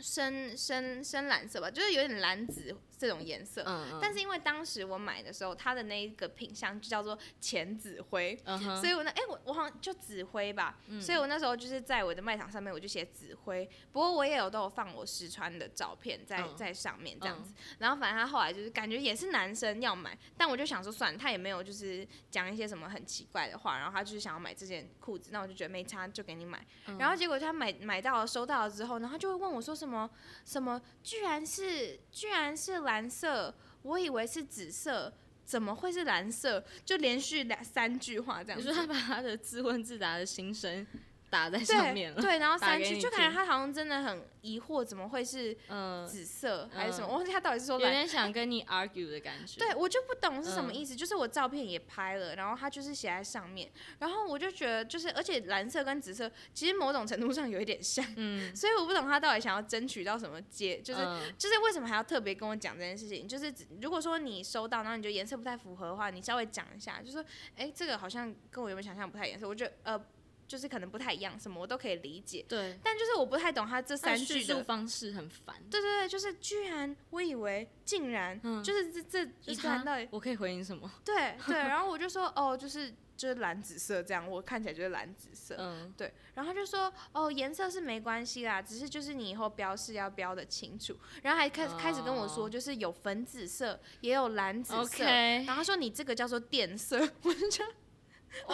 Speaker 1: 深深深蓝色吧，就是有点蓝紫这种颜色。
Speaker 2: 嗯嗯
Speaker 1: 但是因为当时我买的时候，它的那一个品相就叫做浅紫灰，
Speaker 2: 嗯哼，嗯
Speaker 1: 所以我那哎、我我好像就紫灰吧，所以我那时候就是在我的卖场上面我就写紫灰，不过我也有都有放我试穿的照片在、
Speaker 2: 嗯
Speaker 1: 在上面这样子，然后反正他后来就是感觉也是男生要买，但我就想说算了，他也没有就是讲一些什么很奇怪的话，然后他就是想要买这件裤子，那我就觉得没差就给你买，
Speaker 2: 嗯
Speaker 1: 然后结果他买买到了收到了之后，然后他就会问我说什么什么，居然是居然是蓝色，我以为是紫色。怎么会是蓝色？就连续两三句话这样
Speaker 2: 你
Speaker 1: 子，
Speaker 2: 说他把他的自问自答的心声打在上面
Speaker 1: 对
Speaker 2: 了。
Speaker 1: 对，然后
Speaker 2: 打
Speaker 1: 删
Speaker 2: 给
Speaker 1: 去，
Speaker 2: 你
Speaker 1: 就感觉
Speaker 2: 听
Speaker 1: 他好像真的很疑惑，怎么会是
Speaker 2: 嗯，
Speaker 1: 紫色还是什么？
Speaker 2: 嗯
Speaker 1: 我忘记他到底是说
Speaker 2: 有
Speaker 1: 蓝
Speaker 2: 点想跟你 argue 的感觉。
Speaker 1: 对，我就不懂是什么
Speaker 2: 嗯
Speaker 1: 意思。就是我照片也拍了，然后它就是写在上面，然后我就觉得就是，而且蓝色跟紫色其实某种程度上有一点像，
Speaker 2: 嗯，
Speaker 1: 所以我不懂他到底想要争取到什么结，就是。
Speaker 2: 嗯
Speaker 1: 就是为什么还要特别跟我讲这件事情？就是只如果说你收到，然后你觉得颜色不太符合的话，你稍微讲一下，就说，哎、这个好像跟我原本想象不太颜色，我觉得呃，就是可能不太一样，什么我都可以理解。
Speaker 2: 对，
Speaker 1: 但就是我不太懂他这
Speaker 2: 它的
Speaker 1: 三
Speaker 2: 叙
Speaker 1: 句
Speaker 2: 述
Speaker 1: 的，
Speaker 2: 方式很烦。
Speaker 1: 对对对，就是居然，我以为，竟然，
Speaker 2: 嗯
Speaker 1: 就是这这一
Speaker 2: 就是
Speaker 1: 段到
Speaker 2: 他
Speaker 1: 底，
Speaker 2: 我可以回应 什么？
Speaker 1: 对对，然后我就说哦，就是就是蓝紫色这样，我看起来就是蓝紫色，
Speaker 2: 嗯，
Speaker 1: 对，然后他就说哦，颜色是没关系啦，只是就是你以后标示要标的清楚，然后还开开始跟我说，
Speaker 2: 哦
Speaker 1: 就是有粉紫色，也有蓝紫色
Speaker 2: OK
Speaker 1: 然后他说你这个叫做电色，我就觉得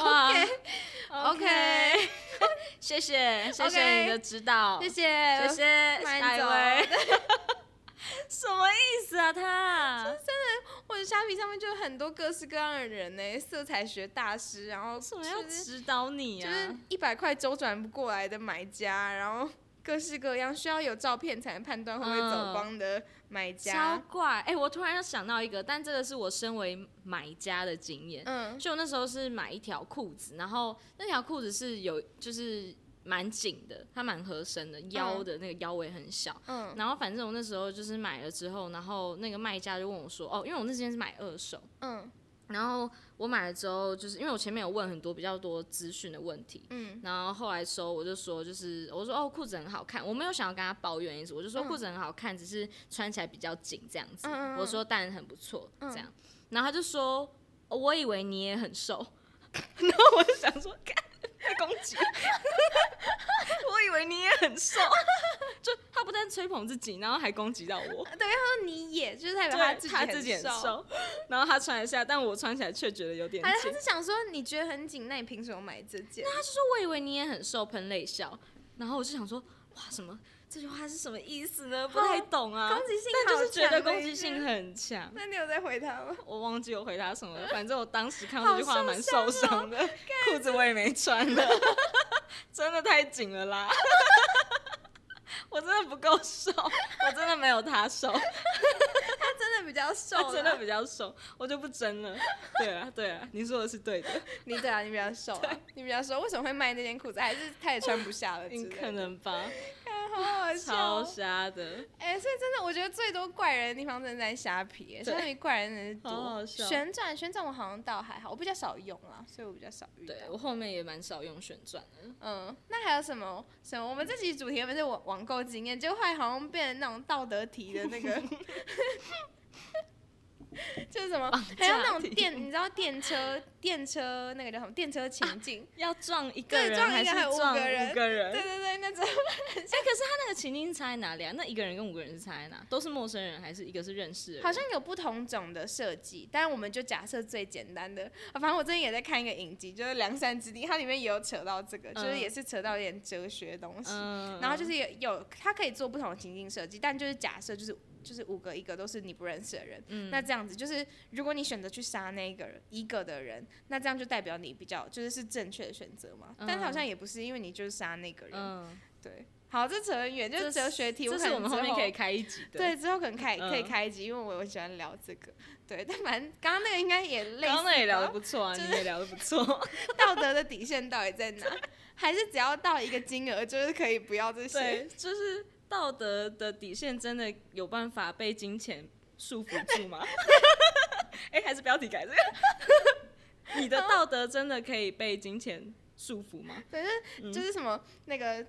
Speaker 2: 哇
Speaker 1: OK
Speaker 2: 谢谢谢谢
Speaker 1: OK
Speaker 2: 你的指导，
Speaker 1: 谢
Speaker 2: 谢
Speaker 1: 谢，
Speaker 2: 谢，下
Speaker 1: 慢
Speaker 2: 一
Speaker 1: 走
Speaker 2: 位。什么意思啊他？
Speaker 1: 我的虾皮上面就有很多各式各样的人呢、色彩学大师，然后
Speaker 2: 为什么要
Speaker 1: 就是
Speaker 2: 指导你
Speaker 1: 就
Speaker 2: 啊？
Speaker 1: 是一百块周转不过来的买家，然后各式各样需要有照片才能判断会不会走
Speaker 2: 嗯
Speaker 1: 光的买
Speaker 2: 超
Speaker 1: 家，
Speaker 2: 怪！哎、我突然又想到一个，但这个是我身为买家的经验。
Speaker 1: 嗯
Speaker 2: 就我那时候是买一条裤子，然后那条裤子是有就是蛮紧的，它蛮合身的，腰的那个腰围很小。
Speaker 1: 嗯
Speaker 2: 然后反正我那时候就是买了之后，然后那个卖家就问我说：“哦，因为我那时间是买二手，
Speaker 1: 嗯
Speaker 2: 然后我买了之后，就是因为我前面有问很多比较多资讯的问题，
Speaker 1: 嗯
Speaker 2: 然后后来收，我就说，就是我说哦，裤子很好看，我没有想要跟他抱怨的意思，我就说
Speaker 1: 嗯
Speaker 2: 裤子很好看，只是穿起来比较紧这样子。
Speaker 1: 嗯嗯嗯
Speaker 2: 我说但很不错、
Speaker 1: 嗯
Speaker 2: 这样，然后他就说、哦我以为你也很瘦， 然后我就想说，看被攻 击， 我以为你也很瘦， 就他不但吹捧自己，然后还攻击到我。
Speaker 1: 那你也就是代表
Speaker 2: 对
Speaker 1: 自己
Speaker 2: 他自己很
Speaker 1: 很瘦。
Speaker 2: 瘦， 然后他穿一下，但我穿起来却觉得有点
Speaker 1: 反正
Speaker 2: 紧
Speaker 1: 他。是想说，你觉得很紧，那你凭什么买这件？
Speaker 2: 他就说我以为你也很瘦，喷泪笑。然后我就想说，哇，什么这句话是什么意思呢？不太懂啊。
Speaker 1: 攻击性
Speaker 2: 但就是觉得
Speaker 1: 好强的
Speaker 2: 攻击
Speaker 1: 一句
Speaker 2: 性。很强。
Speaker 1: 那你有再回他 吗？
Speaker 2: 我忘记我回答什 么了，反正我当时看到这句话
Speaker 1: 好
Speaker 2: 蛮
Speaker 1: 受
Speaker 2: 受伤啊的， 裤子我也没穿了， 真的太紧了啦。 我真的不够瘦，我真的没有他 瘦，
Speaker 1: 他真的比较瘦啦
Speaker 2: 他，真的比较瘦，我就不争了。对啊，对啊，你说的是对的，
Speaker 1: 你对啊，你比较瘦啊，你比较瘦，为什么会卖那件裤子？还是他也穿不下了之类
Speaker 2: 你
Speaker 1: 的？
Speaker 2: 嗯可能吧，
Speaker 1: 好好笑
Speaker 2: 超
Speaker 1: 哦。
Speaker 2: 瞎的。
Speaker 1: 哎、所以真的，我觉得最多怪人的地方真的在虾皮、欸，
Speaker 2: 对
Speaker 1: 虾皮怪人真的是多。
Speaker 2: 好好笑哦
Speaker 1: 旋转旋转我好像倒还好，我比较少用啦，所以我比较少遇到
Speaker 2: 对。我后面也蛮少用旋转的，
Speaker 1: 嗯，那还有什么什么？我们这集主题原本是网网购经验，结果后来好像变成那种道德题的那个，就是什么，还有那种
Speaker 2: 绑架哦题
Speaker 1: 电，你知道电车电车那个叫什么电车情境？
Speaker 2: 要撞一个
Speaker 1: 对
Speaker 2: 人
Speaker 1: 撞一
Speaker 2: 还
Speaker 1: 个
Speaker 2: 是
Speaker 1: 还有五
Speaker 2: 撞
Speaker 1: 个人
Speaker 2: 五个人？
Speaker 1: 对
Speaker 2: 哎、
Speaker 1: 对对，那种
Speaker 2: 可是他那个情境是差在哪里啊？那一个人跟五个人是差在哪？都是陌生人，还是一个是认识的人？
Speaker 1: 好像有不同种的设计，但我们就假设最简单的。啊反正我最近也在看一个影集，就是《梁山之地》，它里面也有扯到这个，就是
Speaker 2: 嗯
Speaker 1: 也是扯到一点哲学的东西。
Speaker 2: 嗯，
Speaker 1: 然后就是有有，它可以做不同的情境设计，但就是假设就是就是五个一个都是你不认识的人，
Speaker 2: 嗯
Speaker 1: 那这样子就是如果你选择去杀那一个人一个的人，那这样就代表你比较就是是正确的选择嘛？但是好
Speaker 2: 嗯
Speaker 1: 像也不是，因为你就是杀那个人，
Speaker 2: 嗯，
Speaker 1: 对。好，这扯很远，就是
Speaker 2: 这
Speaker 1: 哲学题，
Speaker 2: 这
Speaker 1: 可
Speaker 2: 是
Speaker 1: 能
Speaker 2: 我们
Speaker 1: 之
Speaker 2: 后面可以开一集的。
Speaker 1: 对，之后可能开可以
Speaker 2: 嗯
Speaker 1: 开一集，因为我我喜欢聊这个。对，但反正刚刚那个应该也类
Speaker 2: 刚刚那也
Speaker 1: 似
Speaker 2: 聊的
Speaker 1: 吧，
Speaker 2: 不错啊，
Speaker 1: 就
Speaker 2: 你
Speaker 1: 是
Speaker 2: 也聊的不 错。
Speaker 1: 道德的底线到底在哪？ 还是只要到一个金额，就是可以不要这些？
Speaker 2: 对，就是道德的底线真的有办法被金钱束缚住 吗？哎、还是标题改这个。 你的道德真的可以被金钱束缚吗？
Speaker 1: 反正
Speaker 2: 嗯
Speaker 1: 就是什么那个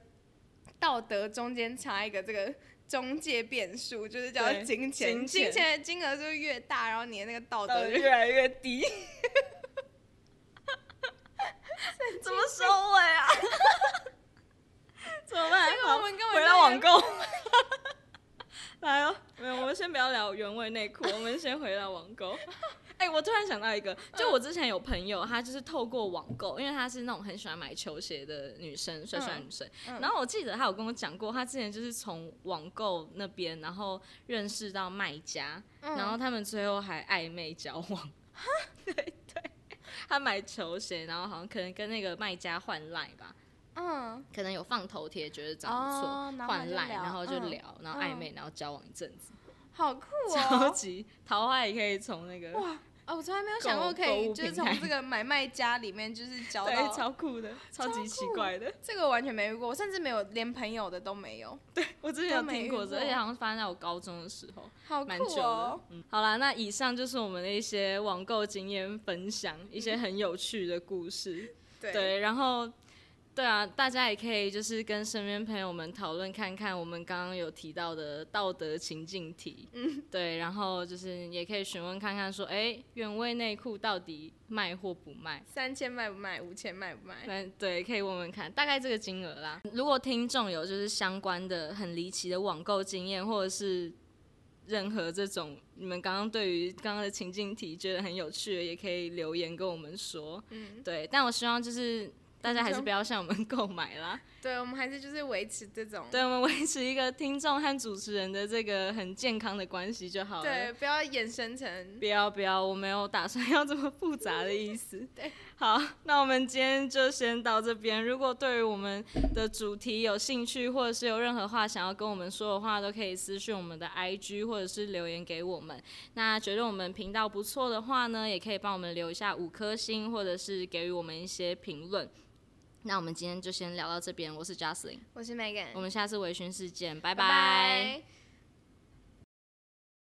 Speaker 1: 道德中间插一个这个中介变数，就是叫
Speaker 2: 对
Speaker 1: 金钱，
Speaker 2: 金
Speaker 1: 金
Speaker 2: 钱
Speaker 1: 钱的金额就是越大，然后你的那个道
Speaker 2: 道
Speaker 1: 德
Speaker 2: 德
Speaker 1: 就
Speaker 2: 越来越 低。怎么收尾啊？怎么办？
Speaker 1: 这个
Speaker 2: 好，
Speaker 1: 我们根本
Speaker 2: 回
Speaker 1: 就
Speaker 2: 到
Speaker 1: 没
Speaker 2: 网购。 来哦，没有，我们先不要聊原味 内裤，我们先回到网购。哎、我突然想到一
Speaker 1: 嗯
Speaker 2: 个，就我之前有朋友，她就是透过网购，因为她是那种很喜欢买球鞋的女生，帅帅女生。
Speaker 1: 嗯
Speaker 2: 然后我记得她有跟我讲过，她之前就是从网购那边，然后认识到卖家，
Speaker 1: 嗯
Speaker 2: 然后他们最后还暧昧交往。对 对，他买球鞋，然后好像可能跟那个卖家换赖吧，
Speaker 1: 嗯，
Speaker 2: 可能有放头贴，觉得长得不错，
Speaker 1: 哦，然后
Speaker 2: 换
Speaker 1: 就
Speaker 2: 赖，
Speaker 1: 聊
Speaker 2: 然后就
Speaker 1: 嗯
Speaker 2: 聊，然后暧昧，然后交往一阵子，
Speaker 1: 好酷
Speaker 2: 超
Speaker 1: 哦！
Speaker 2: 级桃花也可以从那个
Speaker 1: 哇，哦，我从来没有想过
Speaker 2: 购
Speaker 1: 可
Speaker 2: 购
Speaker 1: 以
Speaker 2: 物
Speaker 1: 就是
Speaker 2: 平
Speaker 1: 从
Speaker 2: 台
Speaker 1: 这个买卖家里面 就是交
Speaker 2: 对
Speaker 1: 到，
Speaker 2: 超酷的，超级奇怪的，
Speaker 1: 这个我完全没遇过，我甚至没有连朋友的都没有，
Speaker 2: 我之前有
Speaker 1: 都没
Speaker 2: 听
Speaker 1: 遇
Speaker 2: 过这，
Speaker 1: 过
Speaker 2: 而且好像发生在我高中的时候。
Speaker 1: 好
Speaker 2: 蛮久
Speaker 1: 酷
Speaker 2: 的
Speaker 1: 哦！。
Speaker 2: 嗯，好啦，那以上就是我们的一些网购经验分享，一些很有趣的故事。
Speaker 1: 对，
Speaker 2: 对，然后对啊，大家也可以就是跟身边朋友们讨论看看，我们刚刚有提到的道德情境题。嗯，对，然后就是也可以询问看看说，哎、原味内裤到底卖或不卖？
Speaker 1: 三千卖不卖？五千卖不卖？
Speaker 2: 那对，可以问问看，大概这个金额啦。如果听众有就是相关的很离奇的网购经验，或者是任何这种你们刚刚对于刚刚的情境题觉得很有趣的，也可以留言跟我们说。
Speaker 1: 嗯，
Speaker 2: 对，但我希望就是大家还是
Speaker 1: 众
Speaker 2: 不要向我们购买啦。
Speaker 1: 对，我们还是就是维持这种，
Speaker 2: 对，我们维持一个听众和主持人的这个很健康的关系就好了。
Speaker 1: 对，不要衍生成
Speaker 2: 不要不要，我没有打算要这么复杂的意 思。
Speaker 1: 对，
Speaker 2: 好，那我们今天就先到这边。如果对于我们的主题有兴趣，或者是有任何话想要跟我们说的话，都可以私讯我们的 IG，或者是留言给我们。那觉得我们频道不错的话呢，也可以帮我们留一下五颗星，或者是给予我们一些评论。那我们今天就先聊到这边，我是 Jocelyn，
Speaker 1: 我是 Megan，
Speaker 2: 我们下次微醺事件，拜
Speaker 1: 拜拜